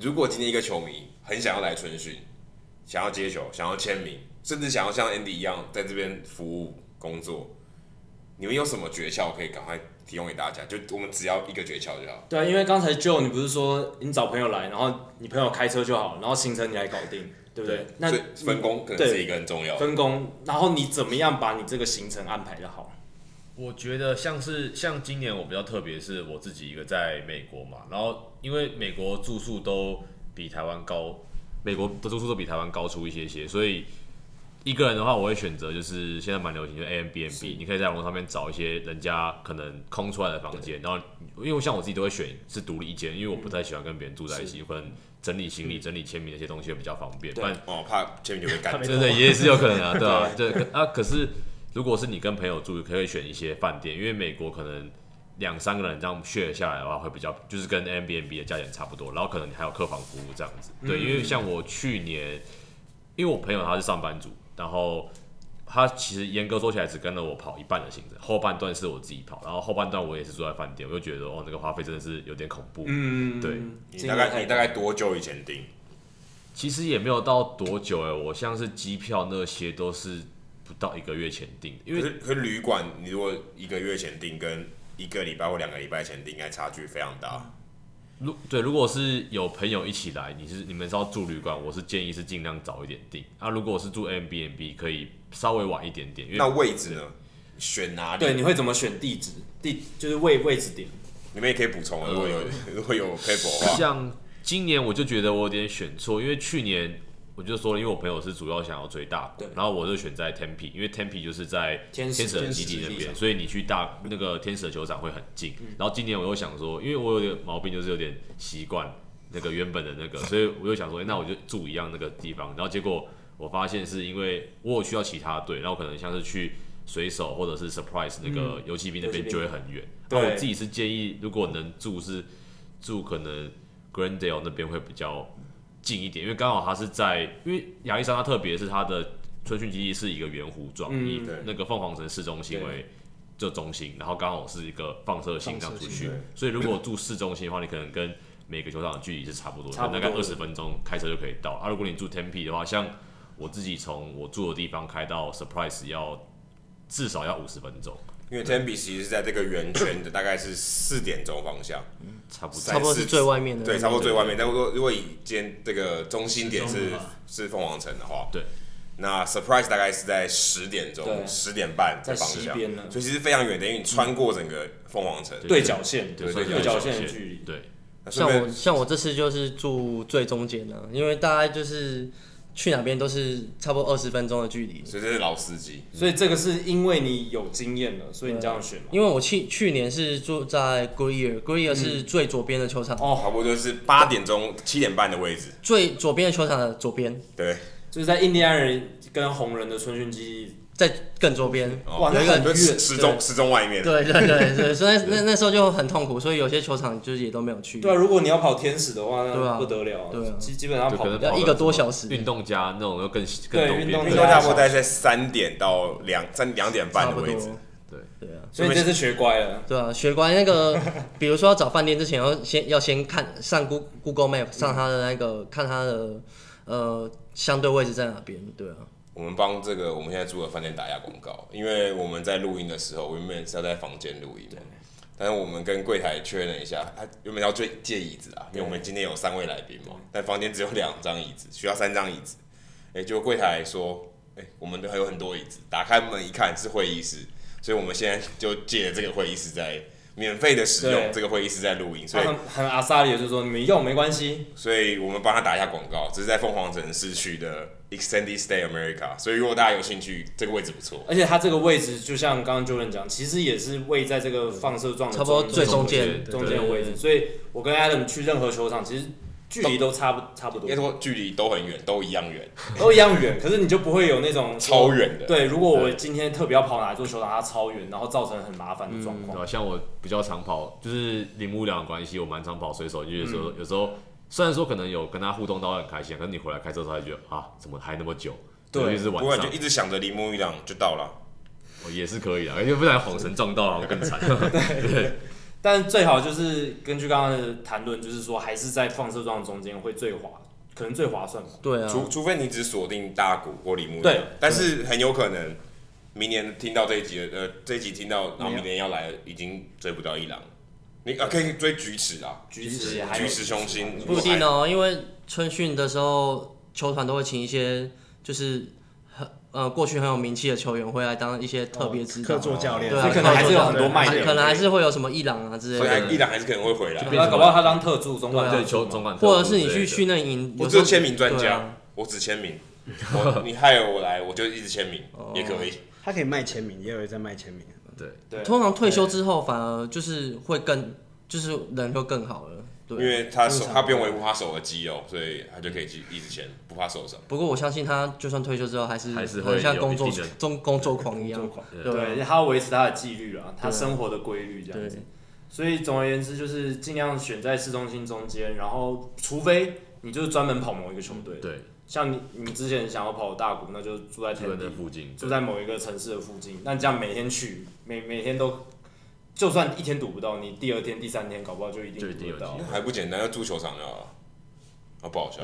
Speaker 2: 如果今天一个球迷很想要来春训，想要接球，想要签名，甚至想要像 Andy 一样在这边服务工作，你们有什么诀窍可以赶快提供给大家？就我们只要一个诀窍就好。
Speaker 1: 对啊，因为刚才 Joe 你不是说你找朋友来，然后你朋友开车就好，然后行程你来搞定，对不对？那
Speaker 2: 所以分工可能
Speaker 1: 对
Speaker 2: 是一个很重要的。
Speaker 1: 分工，然后你怎么样把你这个行程安排的好？
Speaker 3: 我觉得像是像今年我比较特别，是我自己一个在美国嘛，然后因为美国住宿都比台湾高，美国的住宿都比台湾高出一些些，所以一个人的话，我会选择就是现在蛮流行，就是 A M B N B，你可以在网络上面找一些人家可能空出来的房间，然后因为像我自己都会选是独立一间，因为我不太喜欢跟别人住在一起，可能整理行李、整理签名那些东西会比较方便，不然
Speaker 2: 哦，怕签名就被干
Speaker 3: 对对，也是有可 能啊，对啊，对可啊。可是如果是你跟朋友住，可以选一些饭店，因为美国可能两三个人这样 share 下来的话，会比较就是跟 a m b n b 的价钱差不多，然后可能你还有客房服务这样子。
Speaker 1: 嗯
Speaker 3: 对，因为像我去年，因为我朋友他是上班族，然后他其实严格说起来只跟了我跑一半的行程，后半段是我自己跑，然后后半段我也是住在饭店，我就觉得哦，那个花费真的是有点恐怖。
Speaker 1: 嗯，
Speaker 3: 对，
Speaker 2: 你大概你大概多久以前订？
Speaker 3: 其实也没有到多久哎、我像是机票那些都是不到一个月前订的，因
Speaker 2: 可
Speaker 3: 为
Speaker 2: 是可是旅馆，你如果一个月前订跟一个礼拜或两个礼拜前订，应该差距非常大。
Speaker 3: 如对，如果是有朋友一起来，你是你们是要住旅馆，我是建议是尽量早一点订。啊，如果是住 M B N B，可以稍微晚一点点，因
Speaker 2: 那
Speaker 3: 为
Speaker 2: 位置呢？选哪里？
Speaker 1: 对，你会怎么选地址？地就是位位置点。
Speaker 2: 你们也可以补充啊，如果有 如果有 paper 的话，
Speaker 3: 像今年我就觉得我有点选错，因为去年我就说了，因为我朋友是主要想要追大
Speaker 1: 对
Speaker 3: 国，然后我就选在 Tempe，因为 Tempe 就是在
Speaker 1: 天使
Speaker 3: 天使的
Speaker 1: 天
Speaker 3: 基
Speaker 1: 使
Speaker 3: 地
Speaker 1: 基
Speaker 3: 那
Speaker 1: 地嗯
Speaker 3: 边，
Speaker 1: 上
Speaker 3: 所以你去大那个天使的球场会很近。然后今年我又想说，因为我有点毛病，就是有点习惯那个原本的 那个，所以我就想说，哎诶那我就住一样那个地方。然后结果我发现是因为我有去到其他队，然后可能像是去水手或者是 Surprise 那个游骑兵那
Speaker 1: 嗯
Speaker 3: 边
Speaker 1: 游骑兵
Speaker 3: 就会很远。那
Speaker 1: 对
Speaker 3: 我自己是建议，如果能住是住可能 Glendale 那边会比较近一点，因为刚好他是在，因为亚历山大特别是他的春训基地是一个圆弧状，以
Speaker 2: 对
Speaker 3: 那个凤凰城市中心为这中心，然后刚好是一个放射性这样出去，所以如果住市中心的话，你可能跟每个球场的距离是差不多的，
Speaker 1: 差不多
Speaker 3: 大概二十分钟开车就可以到。啊，如果你住 Tempe 的话，像我自己从我住的地方开到 Surprise 要至少要五十分钟，
Speaker 2: 因为 Tempe 其实是在这个圆圈的，大概是四点钟方向，
Speaker 3: 差不多。
Speaker 5: 差不多是最外面的，
Speaker 2: 对，差不多最外面。但如果如果以今天这个中心点是是凤凰城的话，
Speaker 3: 对，
Speaker 2: 那 Surprise 大概是在十点钟、
Speaker 1: 对
Speaker 2: 十点半的
Speaker 1: 在
Speaker 2: 方
Speaker 1: 西
Speaker 2: 向，
Speaker 1: 边呢
Speaker 2: 所以其实非常远，等于你穿过整个凤凰城。
Speaker 1: 对角线，
Speaker 3: 对，
Speaker 2: 对
Speaker 3: 算是
Speaker 1: 对角
Speaker 3: 角
Speaker 1: 线的距离，
Speaker 3: 对，
Speaker 2: 那顺
Speaker 5: 像
Speaker 2: 便
Speaker 5: 我像我这次就是住最中间呢、因为大概就是去哪边都是差不多二十分钟的距离。
Speaker 2: 所以这是老司机，
Speaker 1: 所以这个是因为你有经验了，所以你这样选嘛。
Speaker 5: 因为我去去年是住在
Speaker 2: 嗯
Speaker 5: Greer，Greer 是最左边的球场，
Speaker 2: 差不多就是八点钟、七点半的位置。
Speaker 5: 最左边的球场的左边，
Speaker 2: 对，
Speaker 1: 就是在印第安人跟红人的春训基地，
Speaker 5: 在更左边。
Speaker 2: 哦
Speaker 5: 有一个
Speaker 2: 就
Speaker 5: 很
Speaker 2: 是
Speaker 5: 远
Speaker 2: 时钟时钟外面。
Speaker 5: 对对对对，所以那那那时候就很痛苦，所以有些球场就是也都没有去。
Speaker 1: 对啊，如果你要跑天使的话，
Speaker 5: 对
Speaker 1: 那
Speaker 5: 啊
Speaker 1: 不得了啊，
Speaker 5: 对啊
Speaker 1: 基基本上
Speaker 3: 就
Speaker 1: 跑
Speaker 3: 可能
Speaker 5: 要
Speaker 3: 跑
Speaker 5: 一
Speaker 3: 到
Speaker 5: 个
Speaker 3: 什
Speaker 5: 多
Speaker 3: 么
Speaker 5: 小时
Speaker 3: 运动家那种又更更
Speaker 1: 对
Speaker 3: 东
Speaker 1: 运
Speaker 3: 边
Speaker 1: 动
Speaker 2: 运动家不多大概在三点到两三两点半
Speaker 5: 差
Speaker 2: 的
Speaker 5: 不
Speaker 2: 位置
Speaker 5: 多。。
Speaker 3: 对
Speaker 5: 对啊，
Speaker 1: 所以这次学乖了。
Speaker 5: 对啊，学乖那个， 比如说要找饭店之前，要先要先看上 Goo- Google Map 上它的那个、
Speaker 1: 嗯
Speaker 5: 看它的呃相对位置在哪边。对啊，
Speaker 2: 我们帮这个我们现在住的饭店打一下广告，因为我们在录音的时候，我原本是要在房间录音嘛，但是我们跟柜台确认一下，他原本要借借椅子啊，因为我们今天有三位来宾嘛，但房间只有两张椅子，需要三张椅子。哎、结果柜台说，哎、我们都还有很多椅子，打开门一看是会议室，所以我们现在就借了这个会议室在免费的使用
Speaker 1: 对啊
Speaker 2: 这个会议室在录音，所
Speaker 1: 他
Speaker 2: 以
Speaker 1: 很很阿萨里的就说你们用没关系，
Speaker 2: 所以我们帮他打一下广告，这是在凤凰城市区的 Extended Stay America，所以如果大家有兴趣，这个位置不错。
Speaker 1: 而且它这个位置就像刚刚 Jordan 讲，其实也是位在这个放射状的
Speaker 5: 差不多
Speaker 1: 中
Speaker 5: 最中
Speaker 3: 中
Speaker 5: 间
Speaker 3: 间，
Speaker 1: 中间的位置，所以我跟 Adam 去任何球场，其实距离都差不差不
Speaker 2: 应该
Speaker 1: 多，
Speaker 2: 说距离都很远，都一样远，
Speaker 1: 都一样远，可是你就不会有那种
Speaker 2: 超远的。
Speaker 1: 对，如果我今天特别要跑哪座球场，它超远，然后造成很麻烦的状
Speaker 3: 对
Speaker 5: 嗯
Speaker 1: 况。
Speaker 3: 吧、像我比较常跑，就是铃木良的关系，我蛮常跑随手，就是说、有时候虽然说可能有跟他互动到很开心，可是你回来开车的时候，他就觉得啊，怎么还那么久？
Speaker 1: 对
Speaker 3: 尤其是
Speaker 2: 不
Speaker 3: 晚
Speaker 2: 过你
Speaker 3: 上
Speaker 2: 就，一直想着铃木一朗就到了，
Speaker 3: 哦也是可以的，因为不然晃神撞到，然后更惨。
Speaker 1: 但最好就是根据刚刚的谈论，就是说还是在放射状中间会最划，可能最划算吧。
Speaker 5: 对啊，
Speaker 2: 除除非你只锁定大谷或铃木一朗
Speaker 1: 对，
Speaker 2: 但是很有可能明年听到这一集的，呃，这一集听到，然后明年要来，已经追不到一郎。你啊，可以追菊池啊，
Speaker 1: 举止也还有
Speaker 2: 菊池雄心
Speaker 5: 不一定哦，因为春训的时候，球团都会请一些就是很呃过去很有名气的球员回来当一些特别指导
Speaker 6: 哦客。座教练，
Speaker 5: 对啊
Speaker 1: 所以可能还是有很多卖点
Speaker 5: 可能还是会有什么伊朗啊之
Speaker 2: 所
Speaker 5: 类的，
Speaker 2: 以一朗还是可能会回来。
Speaker 1: 不要搞不好他当特助中
Speaker 5: 对
Speaker 1: 管
Speaker 5: 啊
Speaker 1: 特
Speaker 3: 对，
Speaker 1: 助
Speaker 3: 球总管特务
Speaker 5: 或者是你
Speaker 3: 之类
Speaker 5: 去
Speaker 3: 的
Speaker 5: 训练营，
Speaker 2: 我只
Speaker 5: 有时
Speaker 2: 有
Speaker 5: 候
Speaker 2: 签名专
Speaker 5: 对
Speaker 2: 家，
Speaker 5: 啊
Speaker 2: 我只签 名。我你害我来，我就一直签名、也可以。
Speaker 5: 哦
Speaker 6: 他可以卖签名，也有人在卖签名。
Speaker 3: 对，
Speaker 1: 对，
Speaker 5: 通常退休之后反而就是会更，就是人就更好了。
Speaker 2: 因
Speaker 5: 对，
Speaker 2: 为他手
Speaker 6: 正常
Speaker 2: 他不用维护他手的肌肉，所以他就可以去一直签，不怕受伤。
Speaker 5: 不过我相信他就算退休之后还是
Speaker 3: 还是会
Speaker 5: 像
Speaker 3: 有
Speaker 5: 工作
Speaker 3: 一定的
Speaker 5: 中工作狂一样，
Speaker 1: 对，
Speaker 5: 对啊
Speaker 1: 他要维持他的纪律啊，他生活的规律这样
Speaker 5: 对
Speaker 1: 子。所以总而言之，就是尽量选在市中心中间，然后除非你就是专门跑某一个球队，
Speaker 3: 对，
Speaker 1: 像你你之前想要跑大谷，那就住在
Speaker 3: 住在
Speaker 1: 天地
Speaker 3: 那，附近，
Speaker 1: 住在某一个城市的附近，那你这样每天去，每每天都，就算一天堵不到，你第二天、第三天搞不好就一
Speaker 3: 就
Speaker 1: 定
Speaker 3: 一定
Speaker 1: 堵
Speaker 3: 有
Speaker 1: 得到
Speaker 3: 机。
Speaker 2: 还不简单，要住球场就好了。啊，不好笑。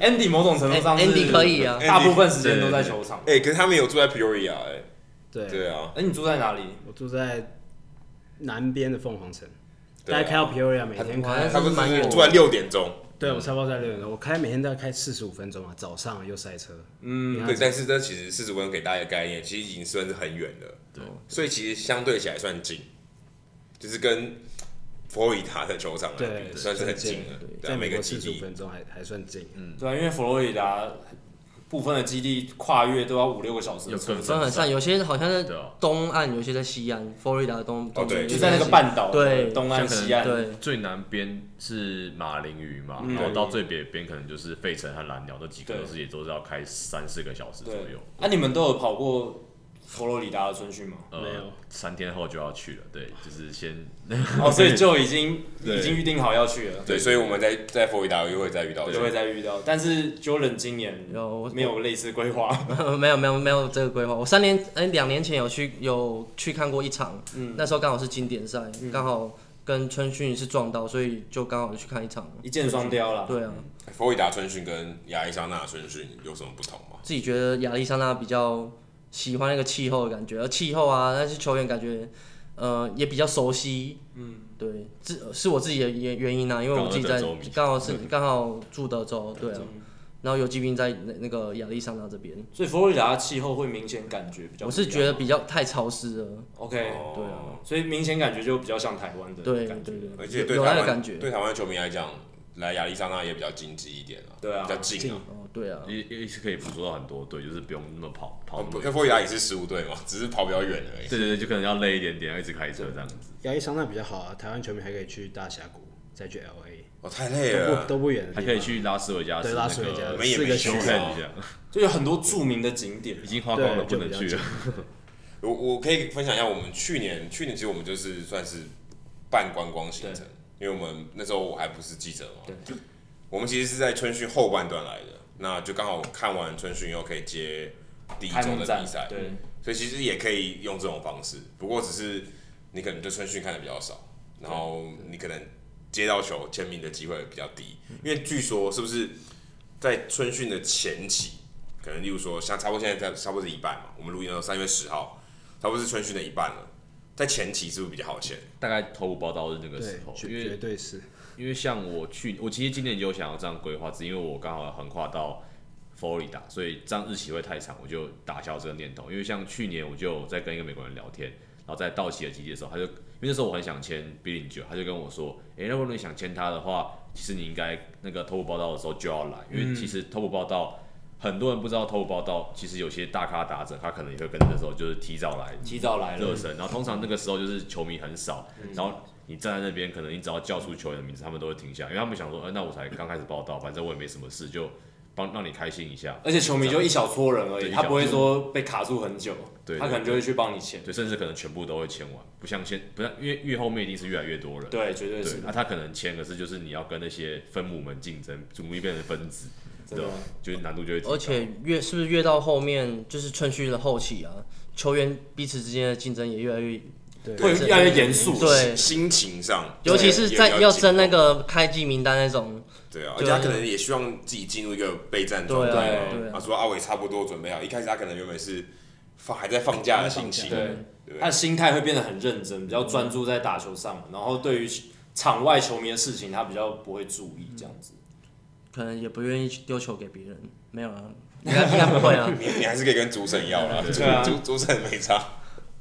Speaker 1: Andy 某种程度上是
Speaker 5: Andy 可以啊
Speaker 1: 大部分时间都在球场。
Speaker 2: 哎、可是他们有住在 Peoria 哎、
Speaker 6: 对，
Speaker 2: 对啊，
Speaker 1: 哎，你住在哪里？
Speaker 6: 我住在南边的凤凰城，
Speaker 2: 对
Speaker 6: 大
Speaker 2: 啊
Speaker 6: 概开到 Peoria 每天
Speaker 5: 还
Speaker 2: 他
Speaker 6: 开，
Speaker 2: 嗯
Speaker 5: 还
Speaker 2: 们
Speaker 5: 蛮远
Speaker 2: 是
Speaker 5: 的
Speaker 2: 住在六点钟，
Speaker 6: 对我差不多在六点钟，我开每天大概开四十五分钟嘛，早上又塞车。嗯
Speaker 2: 对，但是这其实四十分给大家一个概念，其实已经算是很远了。对，所以其实相对起来算近，就是跟佛罗里达的球场来
Speaker 6: 对
Speaker 2: 比，算是很近了。对啊，
Speaker 6: 在美
Speaker 2: 每个
Speaker 6: 国
Speaker 2: 基
Speaker 6: 四十五
Speaker 2: 地嗯
Speaker 6: 分钟还还算近。
Speaker 3: 嗯
Speaker 1: 对啊，因为佛罗里达部分的基地跨越都要五六个小时的
Speaker 3: 有
Speaker 1: 车
Speaker 3: 更
Speaker 1: 程，
Speaker 5: 分很散，有些好像在
Speaker 3: 啊对啊
Speaker 5: 东岸，有些在西岸，佛罗里达的东
Speaker 2: 哦对
Speaker 1: 就在那个半岛，
Speaker 5: 对
Speaker 1: 东岸、西
Speaker 5: 对
Speaker 1: 岸，
Speaker 5: 对
Speaker 3: 最南边是马林鱼嘛，然后到最北边可能就是费城和蓝鸟这几
Speaker 1: 嗯
Speaker 3: 个，
Speaker 1: 对
Speaker 3: 都是也都是要开三四个小时左
Speaker 1: 对
Speaker 3: 右。。
Speaker 1: 啊，你们都有跑过
Speaker 4: 佛罗里达的春训 吗？
Speaker 3: 呃
Speaker 6: 没有，
Speaker 3: 三天后就要去了， 对，就是先
Speaker 4: 哦，所以就已经
Speaker 3: 对
Speaker 4: 已经预定好要去了，
Speaker 2: 对，所以我们在在佛罗里达又会再遇到
Speaker 4: 就会再遇到。但是 Jordan 今年
Speaker 5: 有
Speaker 4: 没有类似规 划？
Speaker 5: 没有没有没有这个规划。我三年哎两、年前有去有去看过一场，那时候刚好是经典赛，刚、好跟春训是撞到，所以就刚好去看一场。
Speaker 4: 一箭双雕啦。
Speaker 5: 对啊，
Speaker 2: 佛罗里达春训跟亚利桑那春训有什么不同吗？
Speaker 5: 自己觉得亚历山大比较喜欢那个气候的感觉，而气候啊那些球员感觉呃也比较熟悉。嗯，对，这是我自己的原原因啊，因为我自己在
Speaker 3: 刚好在德州迷
Speaker 5: 刚好是刚好住德州，对啊，然后游击兵在那那个亚历山大这边，
Speaker 4: 所以佛罗里达的气候会明显感觉比较不一样，
Speaker 5: 我是觉得比较太潮湿了。
Speaker 4: OK，
Speaker 3: 哦
Speaker 5: 对
Speaker 1: 哦
Speaker 5: 啊，
Speaker 4: 所以明显感觉就比较像台湾的
Speaker 5: 对
Speaker 4: 感觉
Speaker 5: 对对
Speaker 2: 而且对
Speaker 5: 有有
Speaker 2: 台
Speaker 5: 那个
Speaker 2: 湾
Speaker 5: 感觉
Speaker 2: 对台湾球迷来讲，来亚利桑那也比较经济一点啊，
Speaker 4: 对啊
Speaker 2: 比较近啊。
Speaker 5: 哦，对啊，
Speaker 3: 也也是可以捕捉到很多队，就是不用那么跑跑
Speaker 2: 哦
Speaker 3: 那
Speaker 2: 不
Speaker 3: 么
Speaker 2: 因为佛罗里达也是十五队嘛， 只是跑比较远而已。
Speaker 3: 对对对，就可能要累一点点，要一直开车这样子。
Speaker 6: 亚利桑那比较好啊，台湾球迷还可以去大峡谷，再去 L A，
Speaker 2: 哦，太累
Speaker 6: 都
Speaker 2: 了
Speaker 6: 不。都不远的地
Speaker 3: 还
Speaker 6: 方，
Speaker 3: 可以去拉斯维加斯
Speaker 6: 对
Speaker 3: 那
Speaker 6: 拉斯
Speaker 3: 个
Speaker 6: 维加
Speaker 2: 没也
Speaker 6: 四
Speaker 2: 没
Speaker 6: 个
Speaker 2: 去
Speaker 6: 球
Speaker 3: 修
Speaker 2: 啊
Speaker 6: 场
Speaker 3: 看一下，
Speaker 4: 就有很多著名的景点
Speaker 3: 已。经花光了，不
Speaker 6: 对就
Speaker 3: 能
Speaker 6: 比较
Speaker 3: 去了。
Speaker 2: 我我可以分享一下，我们去年去年其实我们就是算是半观光行程，因为我们那时候我还不是记者嘛，
Speaker 4: 对，
Speaker 2: 我们其实是在春训后半段来的，那就刚好看完春训以后可以接第一
Speaker 4: 开
Speaker 2: 周
Speaker 4: 幕
Speaker 2: 的
Speaker 4: 战
Speaker 2: 比赛，
Speaker 4: 对，
Speaker 2: 所以其实也可以用这种方式，不过只是你可能对春训看的比较少，然后你可能接到球签名的机会比较低，因为据说是不是在春训的前期，可能例如说像差不多现在在差不多是一半嘛，我们录音到三月十号，差不多是春训的一半了，在前期是不是比较好签？
Speaker 3: 大概头五报道日那个时
Speaker 6: 对
Speaker 3: 候，，
Speaker 6: 绝
Speaker 3: 因为
Speaker 6: 绝对是。
Speaker 3: 因为像我去，我其实今年就想要这样规划，只因为我刚好横跨到佛罗里达，所以这样日期会太长，我就打消这个念头。因为像去年我就有在跟一个美国人聊天，然后在道奇的基地的时候，他就因为那时候我很想签 B 零九，他就跟我说，诶，如果你想签他的话，其实你应该那个头部报道的时候就要来，因为其实头部报道。很多人不知道头部报道，其实有些大咖打者，他可能也会跟那时候就是提早来，
Speaker 4: 提早来
Speaker 3: 热
Speaker 4: 了，
Speaker 3: 身，然后通常那个时候就是球迷很少，然后你站在那边，可能你只要叫出球员的名字，他们都会停下，因为他们想说，呃，那我才刚开始报道，反正我也没什么事，就帮让你开心一下，
Speaker 4: 而且球迷就一小撮人而已，
Speaker 3: 对
Speaker 4: 他不
Speaker 3: 一
Speaker 4: 会
Speaker 3: 小撮
Speaker 4: 说被卡住很久，
Speaker 3: 对
Speaker 4: 他可能就会去帮你签。
Speaker 3: 对，甚至可能全部都会签完，不像先，不像因为越后面一定是越来越多人，
Speaker 4: 对，绝对
Speaker 3: 对
Speaker 4: 是，
Speaker 3: 那、他可能签，可是就是你要跟那些分母们竞争，逐步变成分子，
Speaker 4: 真
Speaker 3: 对
Speaker 4: 的
Speaker 3: 吧，就是难度就会提高，
Speaker 5: 而且越是不是越到后面，就是春训的后期啊，球员彼此之间的竞争也越来越，
Speaker 4: 会越来越严肃。
Speaker 5: 对
Speaker 2: 心情上，
Speaker 5: 尤其是在
Speaker 2: 也
Speaker 5: 要争那
Speaker 2: 紧绷
Speaker 5: 个开季名单那种，
Speaker 2: 对啊，而
Speaker 5: 对
Speaker 2: 且他可能也希望自己进入一个备战状
Speaker 5: 对
Speaker 2: 态
Speaker 5: 啊
Speaker 2: 嘛
Speaker 5: 对。啊
Speaker 2: 他说阿伟差不多准备好，一开始他可能原本是放还在放假的心情，
Speaker 4: 对，
Speaker 2: 对
Speaker 4: 他的心态会变得很认真，比较专注在打球上，然后对于场外球迷的事情，他比较不会注意这样子。
Speaker 5: 可能也不愿意去丢球给别人。没有啊，应该应该不会啊。
Speaker 2: 你你还是可以跟主审要啦，主
Speaker 4: 对啊
Speaker 2: 主主审没差。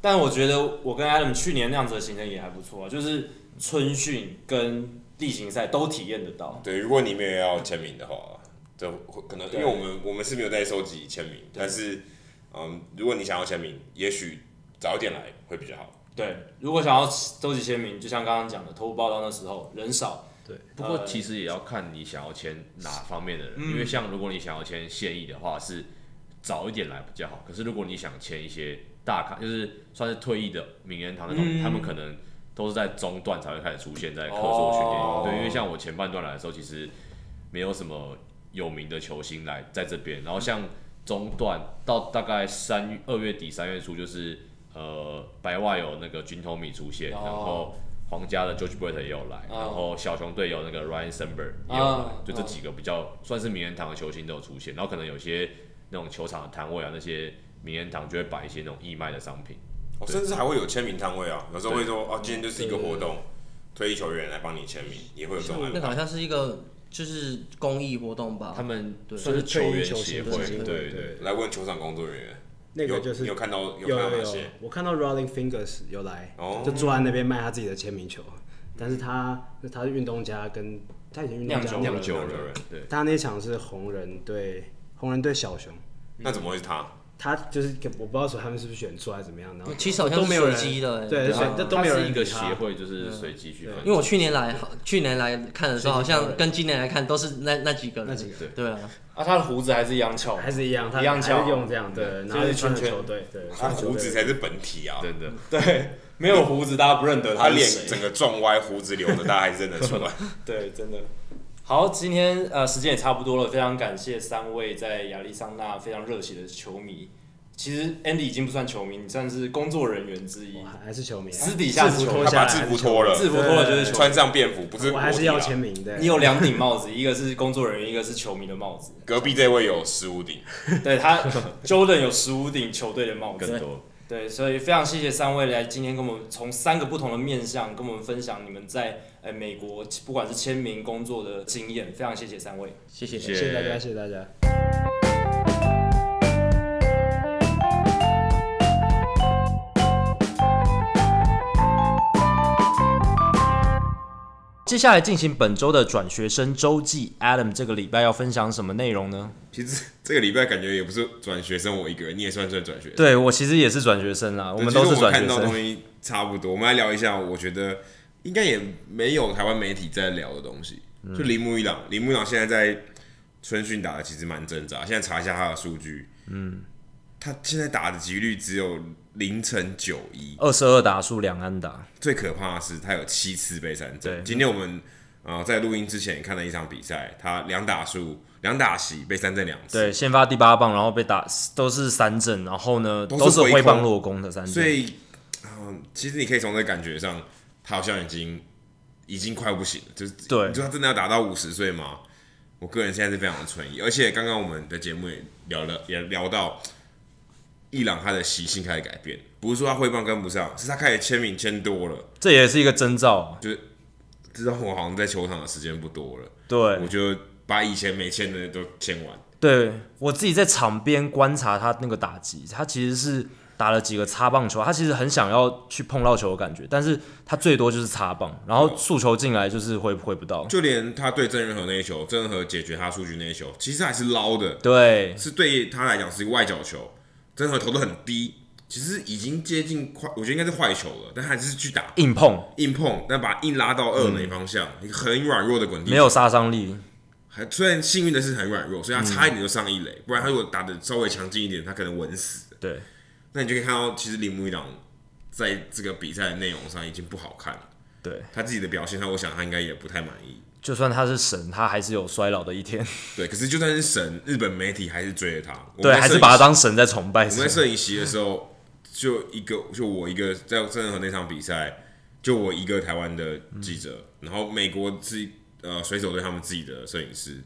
Speaker 4: 但我觉得我跟 Adam 去年那样子的行程也还不错啊，就是春训跟例行赛都体验得到。
Speaker 2: 对，如果你们也要签名的话，这会可能因
Speaker 4: 对
Speaker 2: 为我们我们是没有在收集签名，但是嗯，如果你想要签名，也许早一点来会比较好。
Speaker 4: 对，如果想要收集签名，就像刚刚讲的，投部报道那时候人少，
Speaker 3: 不
Speaker 4: 呃
Speaker 3: 过其实也要看你想要签哪方面的
Speaker 4: 嗯
Speaker 3: 人，因为像如果你想要签现役的话，是早一点来比较好。可是如果你想签一些大咖，就是算是退役的名人堂那种，
Speaker 4: 嗯
Speaker 3: 他们可能都是在中段才会开始出现在客座训练营。
Speaker 4: 哦
Speaker 3: 对，因为像我前半段来的时候，其实没有什么有名的球星来在这边，然后像中段到大概三月二月底三月初就是。呃，白袜有那个军头米出现，
Speaker 4: 哦
Speaker 3: 然后皇家的 George Brett 也有来，
Speaker 4: 哦
Speaker 3: 然后小熊队有那个 Ryan Sandberg 也有来，
Speaker 4: 啊
Speaker 3: 就这几个比较算是名人堂的球星都有出现，然后可能有些那种球场的摊位啊，那些名人堂就会摆一些那种义卖的商品，
Speaker 2: 哦，甚至还会有签名摊位啊，有时候会说哦，今天就是一个活动，退役球员来帮你签名，也会有这种安
Speaker 5: 那
Speaker 2: 排
Speaker 5: 个好像是一个就是公益活动吧
Speaker 3: 他。们
Speaker 5: 对
Speaker 3: 算是球员
Speaker 6: 就是退
Speaker 3: 协
Speaker 6: 役
Speaker 3: 会
Speaker 6: 球星，
Speaker 3: 对
Speaker 6: 基金
Speaker 3: 对
Speaker 6: 会
Speaker 3: 对，
Speaker 2: 来问球场工作人员。
Speaker 6: 那个就是
Speaker 2: 你有看到有
Speaker 6: 有
Speaker 2: 看到
Speaker 6: 有
Speaker 2: 哪
Speaker 6: 有
Speaker 2: 些？，
Speaker 6: 我看到 Rolling Fingers 有来
Speaker 2: 哦，
Speaker 6: 就坐在那边卖他自己的签名球，但是他他是运动家跟他以前运动家
Speaker 4: 酿
Speaker 3: 酿
Speaker 4: 酒
Speaker 3: 酒
Speaker 2: 人
Speaker 3: 人，对，
Speaker 6: 他那场是红人对红人对小熊，
Speaker 2: 那怎么会是他？
Speaker 6: 他就是我不知道说他们是不是选出来怎么样，然后
Speaker 5: 其实好像
Speaker 6: 都没有
Speaker 5: 是
Speaker 6: 人
Speaker 5: 随机的欸，
Speaker 6: 对，
Speaker 3: 对
Speaker 6: 选
Speaker 3: 啊
Speaker 6: 这都没有
Speaker 3: 它
Speaker 6: 人
Speaker 3: 是一
Speaker 6: 理
Speaker 3: 个
Speaker 6: 他
Speaker 3: 协会，就是随机去分
Speaker 5: 因为。我去年来，去年来看的时候，好像跟今年来看都是那那几个人，
Speaker 6: 那几个
Speaker 3: 对
Speaker 5: 对啊，
Speaker 4: 啊，他的胡子还是一样翘，
Speaker 6: 还是一样，他
Speaker 4: 一样
Speaker 6: 还
Speaker 4: 翘
Speaker 6: 是用这样
Speaker 4: 对
Speaker 6: 的，然
Speaker 4: 就
Speaker 6: 后
Speaker 4: 是
Speaker 6: 穿着
Speaker 4: 圈圈
Speaker 6: 球队，对，
Speaker 2: 他
Speaker 6: 穿着球
Speaker 2: 胡
Speaker 6: 队
Speaker 2: 子才是本体啊，
Speaker 3: 真的，
Speaker 4: 对，没有胡子大家不认得
Speaker 2: 他
Speaker 4: 是
Speaker 2: 脸
Speaker 4: 谁
Speaker 2: 整个撞歪，胡子留着，大家还认得出来。
Speaker 4: 对，真的。好，今天呃时间也差不多了，非常感谢三位在亚利桑那非常热血的球迷。其实 Andy 已经不算球迷，你算是工作人员之 一
Speaker 6: 我，还还是球迷，
Speaker 4: 私底下是
Speaker 6: 制服
Speaker 4: 球迷
Speaker 6: 脱
Speaker 2: 他
Speaker 6: 下
Speaker 2: 把
Speaker 6: 来
Speaker 2: 制
Speaker 6: 还
Speaker 2: 服
Speaker 6: 是球迷
Speaker 2: 脱了，
Speaker 4: 制服脱了就是球迷。
Speaker 2: 穿上便服，不是
Speaker 6: 我还
Speaker 2: 裸
Speaker 6: 是
Speaker 2: 体啊
Speaker 6: 要签名的。
Speaker 4: 你有两顶帽子，一个是工作人员，一个是球迷的帽子。
Speaker 2: 隔壁这位有十五顶，
Speaker 4: 对他，Jordan 有十五顶球队的帽
Speaker 3: 更
Speaker 4: 子。
Speaker 3: 多。
Speaker 4: 对，所以非常谢谢三位来今天跟我们从三个不同的面向跟我们分享你们在呃美国不管是签名工作的经验，非常谢谢三位。
Speaker 5: 谢谢。
Speaker 6: 谢谢大家，谢谢大家。
Speaker 1: 接下来进行本周的转学生周记，Adam 这个礼拜要分享什么内容呢？
Speaker 2: 其实这个礼拜感觉也不是转学生我一个人，你也算算转学生。
Speaker 1: 对我其实也是转学生啦，我
Speaker 2: 对
Speaker 1: 们
Speaker 2: 其实
Speaker 1: 都是转
Speaker 2: 看
Speaker 1: 学
Speaker 2: 到东
Speaker 1: 生。
Speaker 2: 西差不多，我们来聊一下，我觉得应该也没有台湾媒体在聊的东西。
Speaker 1: 嗯
Speaker 2: 就铃木一朗，铃木一朗现在在春训打的其实蛮挣扎，现在查一下他的数据，嗯，他现在打的几率只有零乘九一，
Speaker 1: 二十二打数两安打，
Speaker 2: 最可怕的是他有七次被三
Speaker 1: 对
Speaker 2: 振。今天我们呃在录音之前看了一场比赛，他两打数两打席被三振两次，
Speaker 1: 对，先发第八棒，然后被打都是三振，然后呢
Speaker 2: 都
Speaker 1: 都
Speaker 2: 是
Speaker 1: 是
Speaker 2: 回
Speaker 1: 挥棒
Speaker 2: 空
Speaker 1: 落攻的三
Speaker 2: 所
Speaker 1: 振。
Speaker 2: 以，嗯，其实你可以从这个感觉上，他好像已经已经快不行了，就是
Speaker 1: 对
Speaker 2: 你说他真的要打到五十岁吗？我个人现在是非常的存疑，而且刚刚我们的节目也聊了，也聊到伊朗他的习性开始改变，不是说他挥棒跟不上，是他开始签名签多了，
Speaker 1: 这也是一个征兆啊，
Speaker 2: 知道我好像在球场的时间不多了，
Speaker 1: 对
Speaker 2: 我，就把以前没签的都签完。
Speaker 1: 对我自己在场边观察他那个打击，他其实是打了几个擦棒球，他其实很想要去碰到球的感觉，但是他最多就是擦棒，然后速球进来就是挥挥不到。
Speaker 2: 就连他对郑仁和那一球，郑仁和解决他数据那一球，其实还是捞的，
Speaker 1: 对，
Speaker 2: 是对他来讲是一个外角球，真的投的很低，其实已经接近快，我觉得应该是坏球了，但还是去打
Speaker 1: 硬碰
Speaker 2: 硬碰，但把硬拉到二垒方向，一个很软弱的滚地，
Speaker 1: 没有，杀伤力，
Speaker 2: 还虽然幸运的是很软弱，所以他差一点就上一垒，不然他如果打的稍微强劲一点，他可能稳死。
Speaker 1: 对，
Speaker 2: 那你就可以看到，其实铃木一朗在这个比赛的内容上已经不好看了，
Speaker 1: 对，
Speaker 2: 他自己的表现上，我想他应该也不太满意。
Speaker 1: 就算他是神，他还是有衰老的一天，
Speaker 2: 对，可是就算是神，日本媒体还是追着他，我们
Speaker 1: 对，
Speaker 2: 在
Speaker 1: 还是
Speaker 2: 摄影
Speaker 1: 把他
Speaker 2: 师
Speaker 1: 当神在崇拜
Speaker 2: 我。们在
Speaker 1: 是吗
Speaker 2: 摄影席的时候，就一个就我一个在郑和那场比赛，就我一个台湾的记者，然后美国自己呃水手队他们自己的摄影师，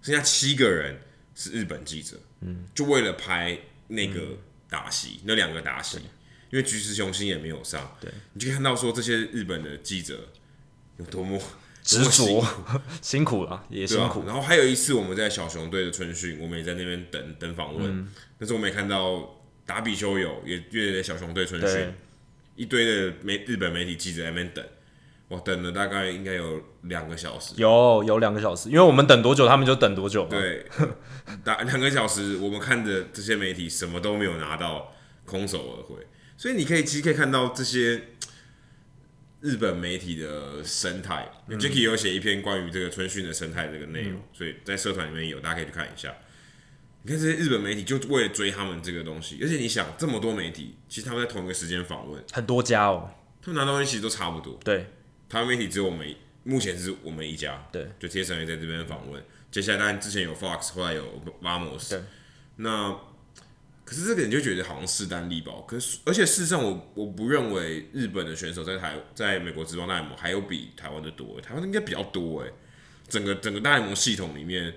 Speaker 2: 剩下七个人是日本记者，嗯，就为了拍那个打戏，那两个打戏，因为菊池雄心也没有上，对，你就可以看到说这些日本的记者有多么
Speaker 1: 执
Speaker 2: 多
Speaker 1: 着
Speaker 2: 么辛苦，
Speaker 1: 辛苦了，也
Speaker 2: 对
Speaker 1: 辛
Speaker 2: 啊
Speaker 1: 苦。
Speaker 2: 然后还有一次我们在小熊队的春训，我们也在那边等等访问，
Speaker 1: 嗯
Speaker 2: 那时候我们也看到达比修有也也在小熊队春
Speaker 1: 对
Speaker 2: 训，一堆的媒日本媒体记者在那边等，我等了大概应该有两个小时。
Speaker 1: 有有两个小时，因为我们等多久，他们就等多久嘛。
Speaker 2: 对，打两个小时，我们看着这些媒体什么都没有拿到，空手而回。所以你可以其实可以看到这些日本媒体的生态。Jacky 有写一篇关于这个春训的生态这个内容，所以在社团里面有，大家可以去看一下。你看这些日本媒体就为了追他们这个东西，而且你想这么多媒体，其实他们在同一个时间访问，
Speaker 1: 很多家哦，
Speaker 2: 他们拿到东西其实都差不多。
Speaker 1: 对，
Speaker 2: 台湾媒体只有我们一，目前是我们一家，
Speaker 1: 对，
Speaker 2: 就贴神也在这边访问。接下来当然之前有 Fox，后来有 Vamos，
Speaker 1: 对，
Speaker 2: 那可是这个你就觉得好像势单力薄，可是而且事实上我我不认为日本的选手在台在美国职棒大联盟还有比台湾的多，台湾应该比较多哎，整个整个大联盟系统里面，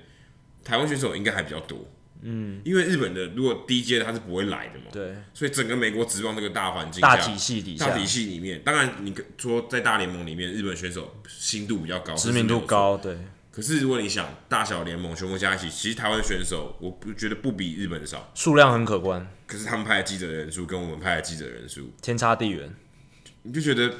Speaker 2: 台湾选手应该还比较多。嗯，因为日本的如果低阶的他是不会来的嘛，
Speaker 1: 对，
Speaker 2: 所以整个美国职棒这个大环境
Speaker 1: 大
Speaker 2: 下
Speaker 1: 体系底
Speaker 2: 大
Speaker 1: 下
Speaker 2: 体系里面，当然你说在大联盟里面，日本选手心度比较高，
Speaker 1: 知名度高，对，
Speaker 2: 这是没有错。可是如果你想大小联盟全部加一起，其实台湾选手我不觉得不比日本少，
Speaker 1: 数量很可观，
Speaker 2: 可是他们派的记者人数跟我们派的记者人数，
Speaker 1: 天差地远。
Speaker 2: 你就觉得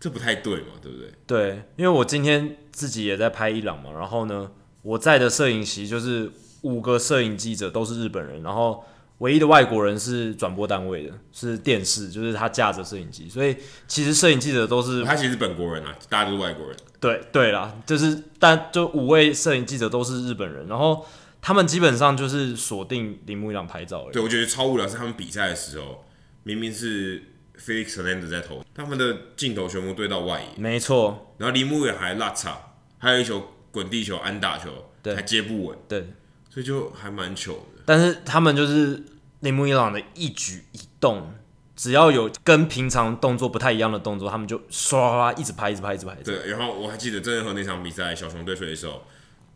Speaker 2: 这不太对嘛，对不对？
Speaker 1: 对，因为我今天自己也在拍伊朗嘛，然后呢，我在的摄影席就是五个摄影记者都是日本人，然后唯一的外国人是转播单位的，是电视，就是他架着摄影机，所以其实摄影记者都是
Speaker 2: 他其实是本国人啊，大家都是外国人。
Speaker 1: 对对啦，就是但就五位摄影记者都是日本人，然后他们基本上就是锁定铃木一朗拍照而已。
Speaker 2: 对，我觉得超无聊是他们比赛的时候，明明是 Felix Hernandez 在投，他们的镜头全部对到外野，
Speaker 1: 没错，
Speaker 2: 然后铃木也还落差，还有一球滚地球、安打球，
Speaker 1: 对
Speaker 2: 还接不稳，
Speaker 1: 对。
Speaker 2: 所以就还蛮糗的。
Speaker 1: 但是他们就是铃木一朗的一举一动，只要有跟平常动作不太一样的动作，他们就唰啦啦一直拍，一直拍，一直拍。一直拍
Speaker 2: 对，然后我还记得郑仁和那场比赛，小熊对水手，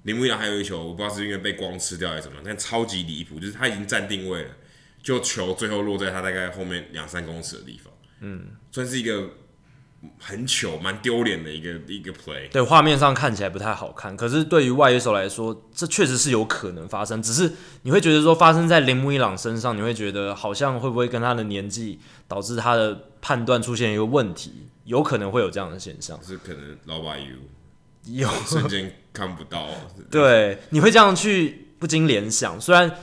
Speaker 2: 铃木一朗还有一球，我不知道是因为被光吃掉还是怎么样，但超级离谱，就是他已经站定位了，就球最后落在他大概后面两三公尺的地方，嗯，算是一个很糗、蛮丢脸的一个一个 play。
Speaker 1: 对，画面上看起来不太好看，可是对于外野手来说，这确实是有可能发生。只是你会觉得说发生在铃木一朗身上，你会觉得好像会不会跟他的年纪导致他的判断出现一个问题，有可能会有这样的现象。
Speaker 2: 是可能老把 U
Speaker 1: 有
Speaker 2: 瞬间看不到，
Speaker 1: 对，你会这样去不禁联想，虽然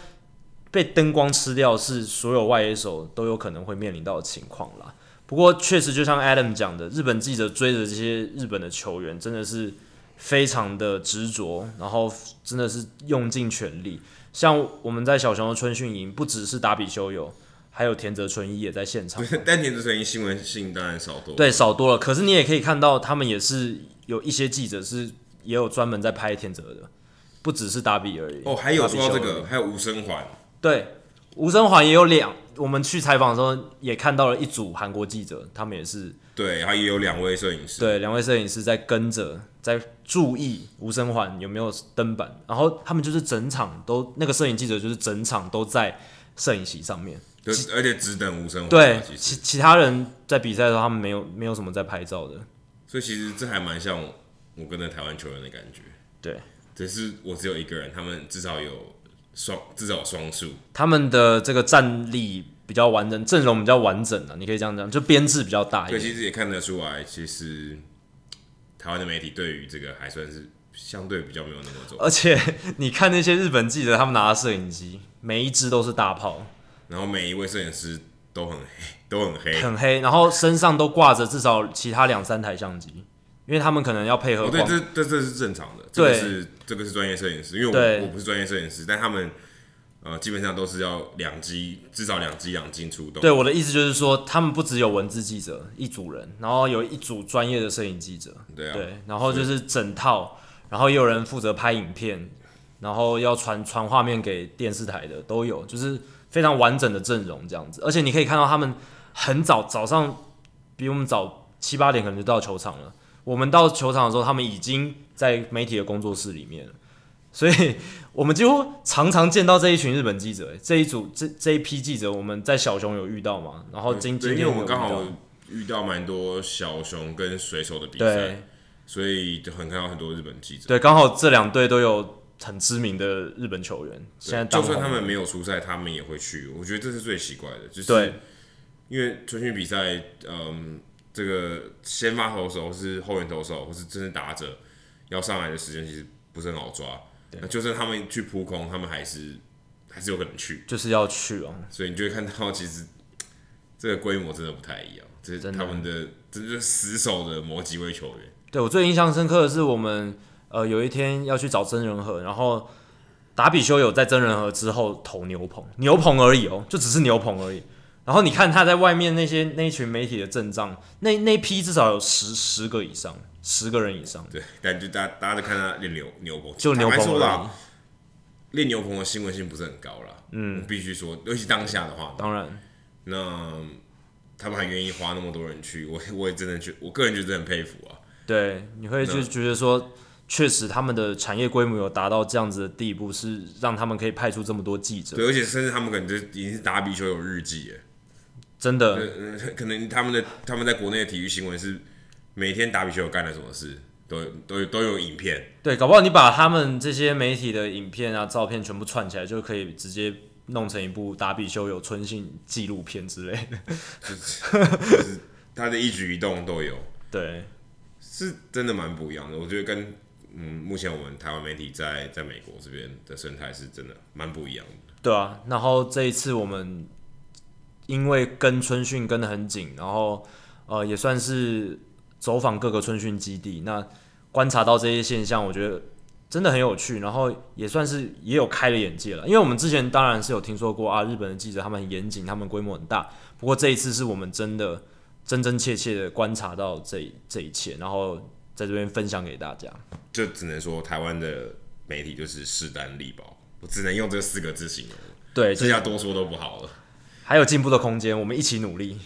Speaker 1: 被灯光吃掉是所有外野手都有可能会面临到的情况啦。不过确实，就像 Adam 讲的，日本记者追着这些日本的球员，真的是非常的执着，然后真的是用尽全力。像我们在小熊的春训营，不只是打比修友，还有田泽纯一也在现场。
Speaker 2: 但田泽纯一新闻性当然少多，
Speaker 1: 对，少多了。可是你也可以看到，他们也是有一些记者是也有专门在拍田泽的，不只是打比而已。
Speaker 2: 哦，还有
Speaker 1: 打比
Speaker 2: 说到这
Speaker 1: 修而已
Speaker 2: 个，还有吴生环，
Speaker 1: 对，吴生华也有两，我们去采访的时候也看到了一组韩国记者，他们也是
Speaker 2: 对，还有两位摄影师，
Speaker 1: 对两位摄影师在跟着，在注意吴生环有没有登板，然后他们就是整场都那个摄影记者就是整场都在摄影席上面，
Speaker 2: 对，而且只等吴生环，
Speaker 1: 对，
Speaker 2: 其实
Speaker 1: 其其他人在比赛的时候他们没有没有什么在拍照的，
Speaker 2: 所以其实这还蛮像我跟那台湾球员的感觉，
Speaker 1: 对，
Speaker 2: 只是我只有一个人，他们至少有双，至少有双数，
Speaker 1: 他们的这个战力比较完整，阵容比较完整啊，你可以这样讲，就编制比较大一
Speaker 2: 所以
Speaker 1: 点，
Speaker 2: 其实也看得出来，其实台湾的媒体对于这个还算是相对比较没有那么重，
Speaker 1: 而且你看那些日本记者，他们拿的摄影机每一支都是大 炮。
Speaker 2: 然后每一位摄影师都很黑， 都很 黑，
Speaker 1: 很黑，然后身上都挂着至少其他两三台相机，因为他们可能要配合
Speaker 2: 哦，
Speaker 1: 光。
Speaker 2: 对，这这这是正常的，这
Speaker 1: 对
Speaker 2: 个是这个是专业摄影师，因为
Speaker 1: 对
Speaker 2: 我我不是专业摄影师，但他们呃基本上都是要两机，至少两机两进出动。
Speaker 1: 对我的意思就是说，他们不只有文字记者一组人，然后有一组专业的摄影记者，
Speaker 2: 对啊，
Speaker 1: 对，然后就是整套，然后也有人负责拍影片，然后要传传画面给电视台的都有，就是非常完整的阵容这样子。而且你可以看到他们很早，早上比我们早七八点可能就到球场了。我们到球场的时候，他们已经在媒体的工作室里面了，所以我们几乎常常见到这一群日本记者，欸这一组这这一批记者，我们在小熊有遇到嘛？然后今今
Speaker 2: 对因
Speaker 1: 天
Speaker 2: 为
Speaker 1: 有
Speaker 2: 我们
Speaker 1: 遇
Speaker 2: 刚
Speaker 1: 到
Speaker 2: 好遇到蛮多小熊跟水手的比
Speaker 1: 对
Speaker 2: 赛，所以就很看到很多日本记者。
Speaker 1: 对，刚好这两队都有很知名的日本球员，现在
Speaker 2: 就
Speaker 1: 当
Speaker 2: 算
Speaker 1: 红
Speaker 2: 他们没有出赛，他们也会去。我觉得这是最奇怪的，就
Speaker 1: 对
Speaker 2: 是因为春训比赛，嗯，这个先发投手或是后援投手或是真正打者要上来的时间其实不是很好抓。那就算他们去扑空，他们还是还是有可能去。
Speaker 1: 就是要去哦，
Speaker 2: 所以你就会看到，其实这个规模真的不太一样。这是
Speaker 1: 真的
Speaker 2: 他们的，这就是死守的某几位球员。
Speaker 1: 对我最印象深刻的是，我们呃有一天要去找真人和，然后达比修有在真人和之后投牛棚，牛棚而已哦，就只是牛棚而已。然后你看他在外面那些那一群媒体的阵仗，那那一批至少有十十个以上，十个人以上。
Speaker 2: 对，但就大大家都看他练牛牛棚，
Speaker 1: 就牛棚
Speaker 2: 坦白说
Speaker 1: 而已
Speaker 2: 啦，练牛棚的新闻性不是很高啦。嗯，必须说，尤其当下的话，
Speaker 1: 当然，
Speaker 2: 那他们还愿意花那么多人去，我我也真的觉，我个人觉得很佩服啊。
Speaker 1: 对，你会就
Speaker 2: 那
Speaker 1: 觉得说，确实他们的产业规模有达到这样子的地步，是让他们可以派出这么多记者，
Speaker 2: 对，而且甚至他们可能就已经是打比球有日记了，
Speaker 1: 真的。
Speaker 2: 呃呃可能他们的他们在国内的体育新闻是每天打比球干了什么事，都有都有都有影片。
Speaker 1: 对，搞不好你把他们这些媒体的影片啊、照片全部串起来，就可以直接弄成一部达比修有春信纪录片之类的。
Speaker 2: 他的一举一动都有，
Speaker 1: 对，
Speaker 2: 是真的蛮不一样的。我觉得跟嗯，目前我们台湾媒体在在美国这边的生态是真的蛮不一样的。
Speaker 1: 对啊，然后这一次我们因为跟春训跟得很紧，然后呃也算是走访各个春训基地，那观察到这些现象，我觉得真的很有趣，然后也算是也有开了眼界了。因为我们之前当然是有听说过啊，日本的记者他们很严谨，他们规模很大，不过这一次是我们真的真真切切的观察到这一这一切，然后在这边分享给大家。
Speaker 2: 就只能说台湾的媒体就是势单力薄，我只能用这四个字形容，
Speaker 1: 对，
Speaker 2: 剩
Speaker 1: 这
Speaker 2: 下多说都不好了。
Speaker 1: 还有进步的空间，我们一起努力。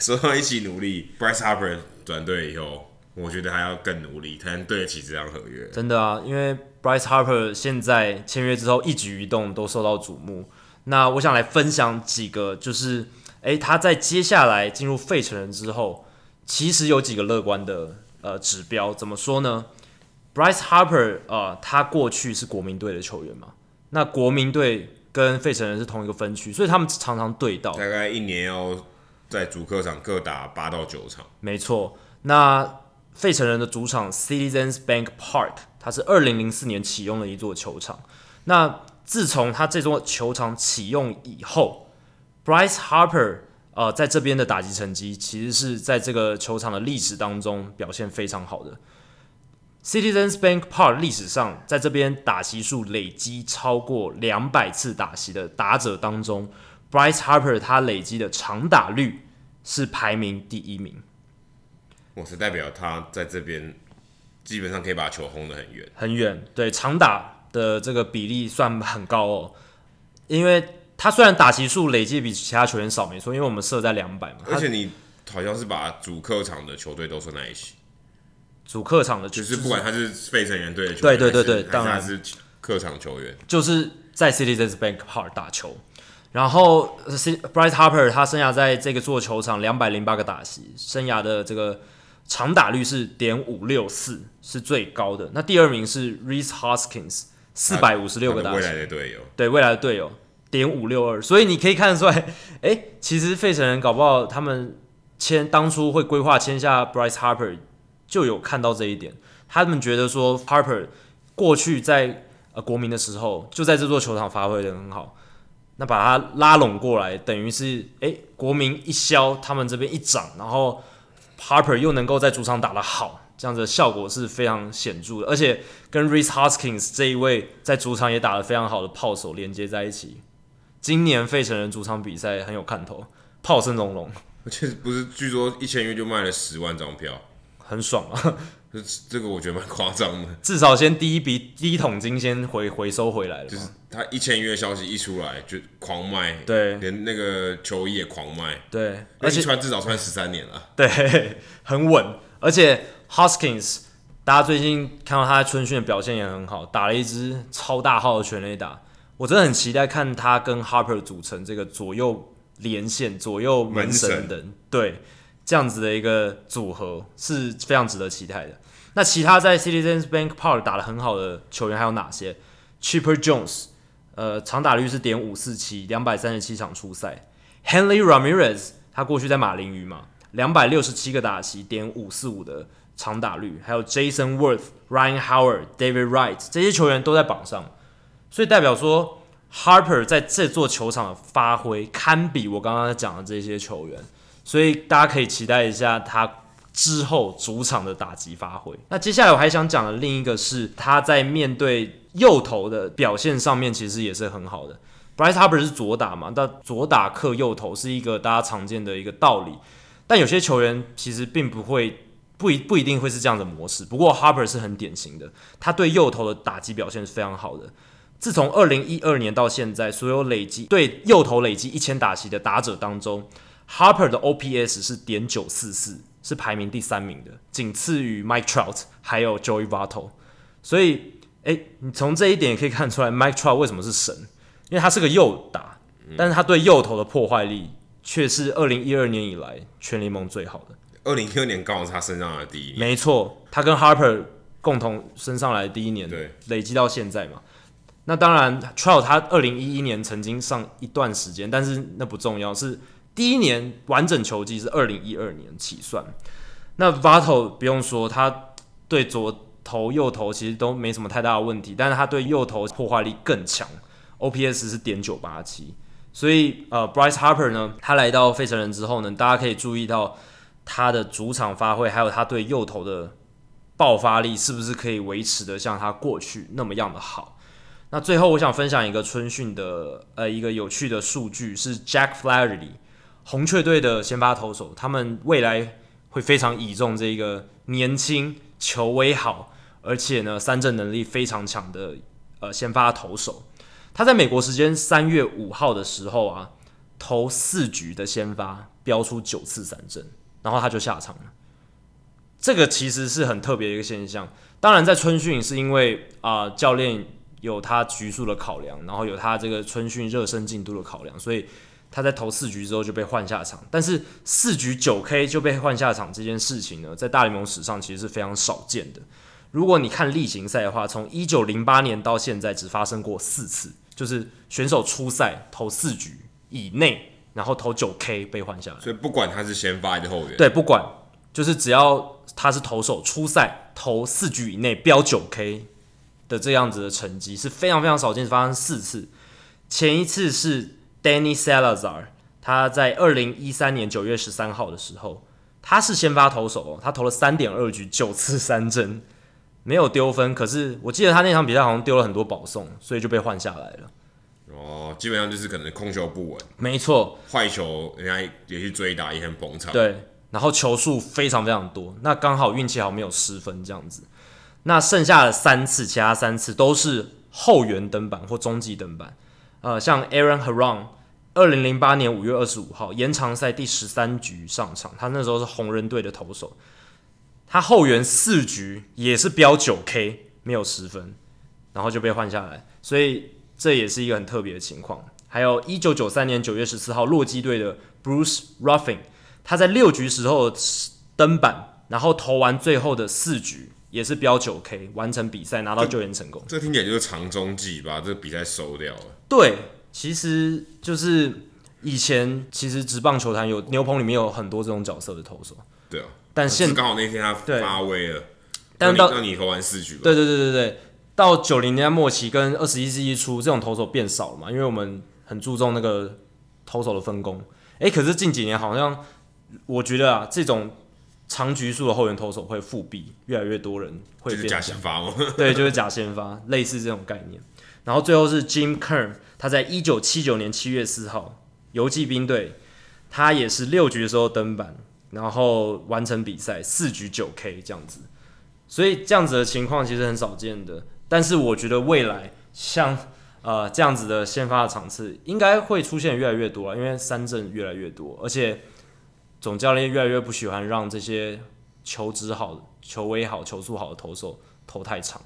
Speaker 2: 说到一起努力，Bryce Harper 转队以后，我觉得还要更努力，才能对得起这张合约。
Speaker 1: 真的啊，因为 Bryce Harper 现在签约之后一举一动都受到瞩目。那我想来分享几个，就是诶、他在接下来进入费城人之后，其实有几个乐观的呃指标。怎么说呢？Bryce Harper 啊、呃，他过去是国民队的球员嘛，那国民队跟费城人是同一个分区，所以他们常常对到。
Speaker 2: 大概一年要在主客场各打八到九场，
Speaker 1: 没错，那费城人的主场 Citizens Bank Park，它是二零零四年启用的一座球场。那自从他这座球场启用以后，Bryce Harper 呃在这边的打击成绩其实是在这个球场的历史当中表现非常好的。Citizens Bank Park 历史上在这边打席数累积超过两百次打席的打者当中，Bryce Harper 他累积的长打率是排名第一名。
Speaker 2: 我是代表他在这边基本上可以把球轰得很远。
Speaker 1: 很远，对长打的这个比例算很高哦，因为他虽然打席数累计比其他球员少，没错，因为我们设在两百嘛，
Speaker 2: 而
Speaker 1: 他
Speaker 2: 且你好像是把主客场的球队都算在一起，
Speaker 1: 主客场的
Speaker 2: 就是不管他是费城人队的球
Speaker 1: 对
Speaker 2: 员，
Speaker 1: 对对对
Speaker 2: 还是
Speaker 1: 当然
Speaker 2: 还是他是客场球员，
Speaker 1: 就是在 Citizens Bank Park 打球。然后呃，C- Bryce Harper 他生涯在这个座球场两百零八个打席，生涯的这个长打率是点五六四，是最高的。那第二名是 Reese Hoskins 四百五十六个
Speaker 2: 他
Speaker 1: 打
Speaker 2: 的
Speaker 1: 席，
Speaker 2: 未来的队友。
Speaker 1: 对未来的队友点五六二，所以你可以看得出来， 哎、其实费城人搞不好他们签当初会规划签下 Bryce Harper 就有看到这一点，他们觉得说 Harper 过去在呃国民的时候就在这座球场发挥的很好，那把他拉拢过来，等于是哎、诶国民一消，他们这边一涨，然后 Harper 又能够在主场打得好，这样子的效果是非常显著的，而且跟 Reese Hoskins 这一位在主场也打得非常好的炮手连接在一起。今年费城人主场比赛很有看头，炮声隆隆，
Speaker 2: 而且不是，据说一签约就卖了十万张票，
Speaker 1: 很爽啊！
Speaker 2: 这这个我觉得蛮夸张的。
Speaker 1: 至少先第一笔第一桶金先回回收回来了
Speaker 2: 就是
Speaker 1: 嘛。
Speaker 2: 他一签约消息一出来就狂卖，
Speaker 1: 对
Speaker 2: 连那个球衣也狂卖，
Speaker 1: 对，而
Speaker 2: 而且
Speaker 1: 且
Speaker 2: 穿至少穿十三年了。
Speaker 1: 对，很稳。而且 Hoskins，大家最近看到他在春训的表现也很好，打了一支超大号的全垒打。我真的很期待看他跟 Harper 组成这个左右连线、左右门神
Speaker 2: 门神
Speaker 1: 的，对这样子的一个组合是非常值得期待的。那其他在 Citizens Bank Park 打得很好的球员还有哪些？Cheaper Jones，呃，长打率是点五四七，两百三十七场出赛。Henry Ramirez，他过去在马林鱼嘛，两百六十七个打席，点五四五的长打率，还有 Jason Worth、Ryan Howard、David Wright 这些球员都在榜上，所以代表说 Harper 在这座球场的发挥堪比我刚刚讲的这些球员，所以大家可以期待一下他。之后主场的打击发挥。那接下来我还想讲的另一个是他在面对右投的表现上面，其实也是很好的。Bryce Harper 是左打嘛，那左打克右投是一个大家常见的一个道理，但有些球员其实并不会。不一不一定会是这样的模式，不过 Harper 是很典型的，他对右投的打击表现是非常好的。自从二零一二年到现在，所有累积对右投累积一千打席的打者当中，Harper 的 OPS 是点九四四，是排名第三名的，仅次于 Mike Trout 还有 Joey Votto。所以，诶、你从这一点也可以看出来，Mike Trout 为什么是神。因为他是个右打，但是他对右投的破坏力却是二零一二年以来全联盟最好的。
Speaker 2: 二零一二年刚好是他身上的第一年，
Speaker 1: 没错，他跟 Harper 共同升上来的第一年
Speaker 2: 对，
Speaker 1: 累积到现在嘛。那当然，Trout 他二零一一年曾经上一段时间，但是那不重要，是第一年完整球季是二零一二年起算。那 Vato 不用说，他对左投右投其实都没什么太大的问题，但是他对右投破坏力更强，OPS 是点九八七。所以呃，Bryce Harper 呢，他来到费城人之后呢，大家可以注意到他的主场发挥，还有他对右投的爆发力是不是可以维持的像他过去那么样的好。那最后我想分享一个春训的呃一个有趣的数据是 Jack Flaherty 红雀队的先发投手，他们未来会非常倚重这个年轻、球威好，而且呢三振能力非常强的呃先发投手。他在美国时间三月五号的时候啊，投四局的先发，标出九次三振，然后他就下场了。这个其实是很特别的一个现象。当然，在春训是因为啊、教练有他局数的考量，然后有他这个春训热身进度的考量，所以他在投四局之后就被换下场。但是四局九 K 就被换下场这件事情呢，在大联盟史上其实是非常少见的。如果你看例行赛的话，从一九零八年到现在只发生过四次，就是选手出赛投四局以内，然后投九 K 被换下来。
Speaker 2: 所以不管他是先发还是后援，
Speaker 1: 对，不管就是只要他是投手出赛投四局以内标九 K 的这样子的成绩是非常非常少见，发生四次。前一次是 Danny Salazar，他在二零一三年九月十三号的时候，他是先发投手哦，他投了三点二局，九次三振，没有丢分。可是我记得他那场比赛好像丢了很多保送，所以就被换下来了。
Speaker 2: 哦，基本上就是可能控球不稳，
Speaker 1: 没错，
Speaker 2: 坏球人家也去追打，也很捧场。，
Speaker 1: 对，然后球数非常非常多，那刚好运气好没有失分这样子。那剩下的三次，其他三次都是后援登板或中继登板。呃，像 Aaron Haron，二零零八年五月二十五号延长赛第十三局上场，他那时候是红人队的投手，他后援四局也是标九 K，没有失分，然后就被换下来，所以这也是一个很特别的情况。还有一九九三年九月十四号，洛基队的 Bruce Ruffin，他在六局时候登板，然后投完最后的四局，也是标九 K 完成比赛，拿到救援成功。
Speaker 2: 这听起来就是长中计把这个比赛收掉了。
Speaker 1: 对，其实就是以前其实职棒球坛有牛棚里面有很多这种角色的投手，
Speaker 2: 对啊，
Speaker 1: 但
Speaker 2: 是
Speaker 1: 现
Speaker 2: 刚好那天他
Speaker 1: 对
Speaker 2: 发威了，
Speaker 1: 但
Speaker 2: 让你
Speaker 1: 到
Speaker 2: 让你投完四局吧。
Speaker 1: 对对对对对，到九零年代末期跟二十一世纪初，这种投手变少了嘛，因为我们很注重那个投手的分工。诶，可是近几年好像我觉得啊，这种长局数的后援投手会复辟，越来越多人会
Speaker 2: 就是
Speaker 1: 变
Speaker 2: 假
Speaker 1: 强
Speaker 2: 先发嘛，
Speaker 1: 对，就是假先发，类似这种概念。然后最后是 Jim Kern，他在一九七九年七月四号，游击兵队，他也是六局的时候登板，然后完成比赛，四局九 K 这样子。所以这样子的情况其实很少见的，但是我觉得未来像呃这样子的先发的场次应该会出现越来越多啊，因为三振越来越多，而且总教练越来越不喜欢让这些球质好、球威好、球速好的投手投太长，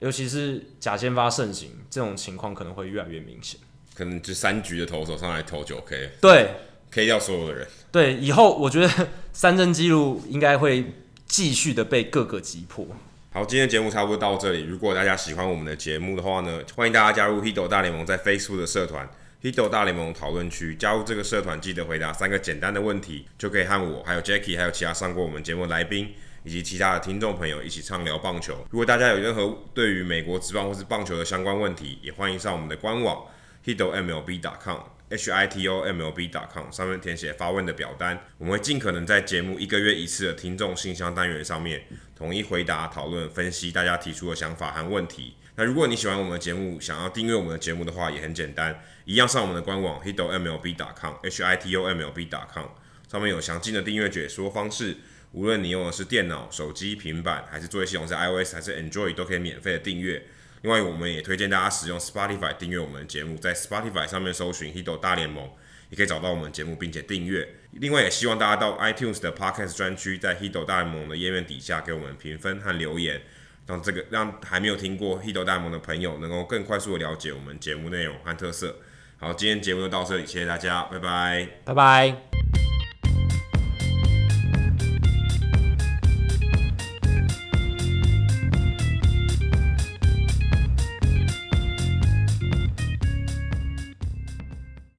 Speaker 1: 尤其是假先发盛行这种情况可能会越来越明显。
Speaker 2: 可能就三局的投手上来投九 K，K
Speaker 1: 对
Speaker 2: 掉所有的人。
Speaker 1: 对，以后我觉得三振记录应该会继续的被各个击破。
Speaker 2: 好，今天的节目差不多到这里。如果大家喜欢我们的节目的话呢，欢迎大家加入 Hido 大联盟在 Facebook 的社团 Hido 大联盟讨论区。加入这个社团，记得回答三个简单的问题，就可以和我、还有 Jackie、还有其他上过我们节目的来宾以及其他的听众朋友一起畅聊棒球。如果大家有任何对于美国职棒或是棒球的相关问题，也欢迎上我们的官网 Hito MLB.com H I T O M L B.com 上面填写发问的表单，我们会尽可能在节目一个月一次的听众信箱单元上面统一回答、讨论、分析大家提出的想法和问题。那如果你喜欢我们的节目，想要订阅我们的节目的话，也很简单，一样上我们的官网 Hito ML B.com H I T O M L B.com 上面有详尽的订阅解说方式。无论你用的是电脑、手机、平板，还是作业系统是 iOS 还是 Android，都可以免费的订阅。另外，我们也推荐大家使用 Spotify 订阅我们的节目，在 Spotify 上面搜寻 Hido 大联盟，也可以找到我们的节目，并且订阅。另外，也希望大家到 iTunes 的 Podcast 专区，在 Hido 大联盟的页面底下给我们评分和留言，让这个让还没有听过 Hido 大联盟的朋友能够更快速的了解我们节目内容和特色。好，今天节目就到这里，谢谢大家，拜拜。
Speaker 1: 拜拜。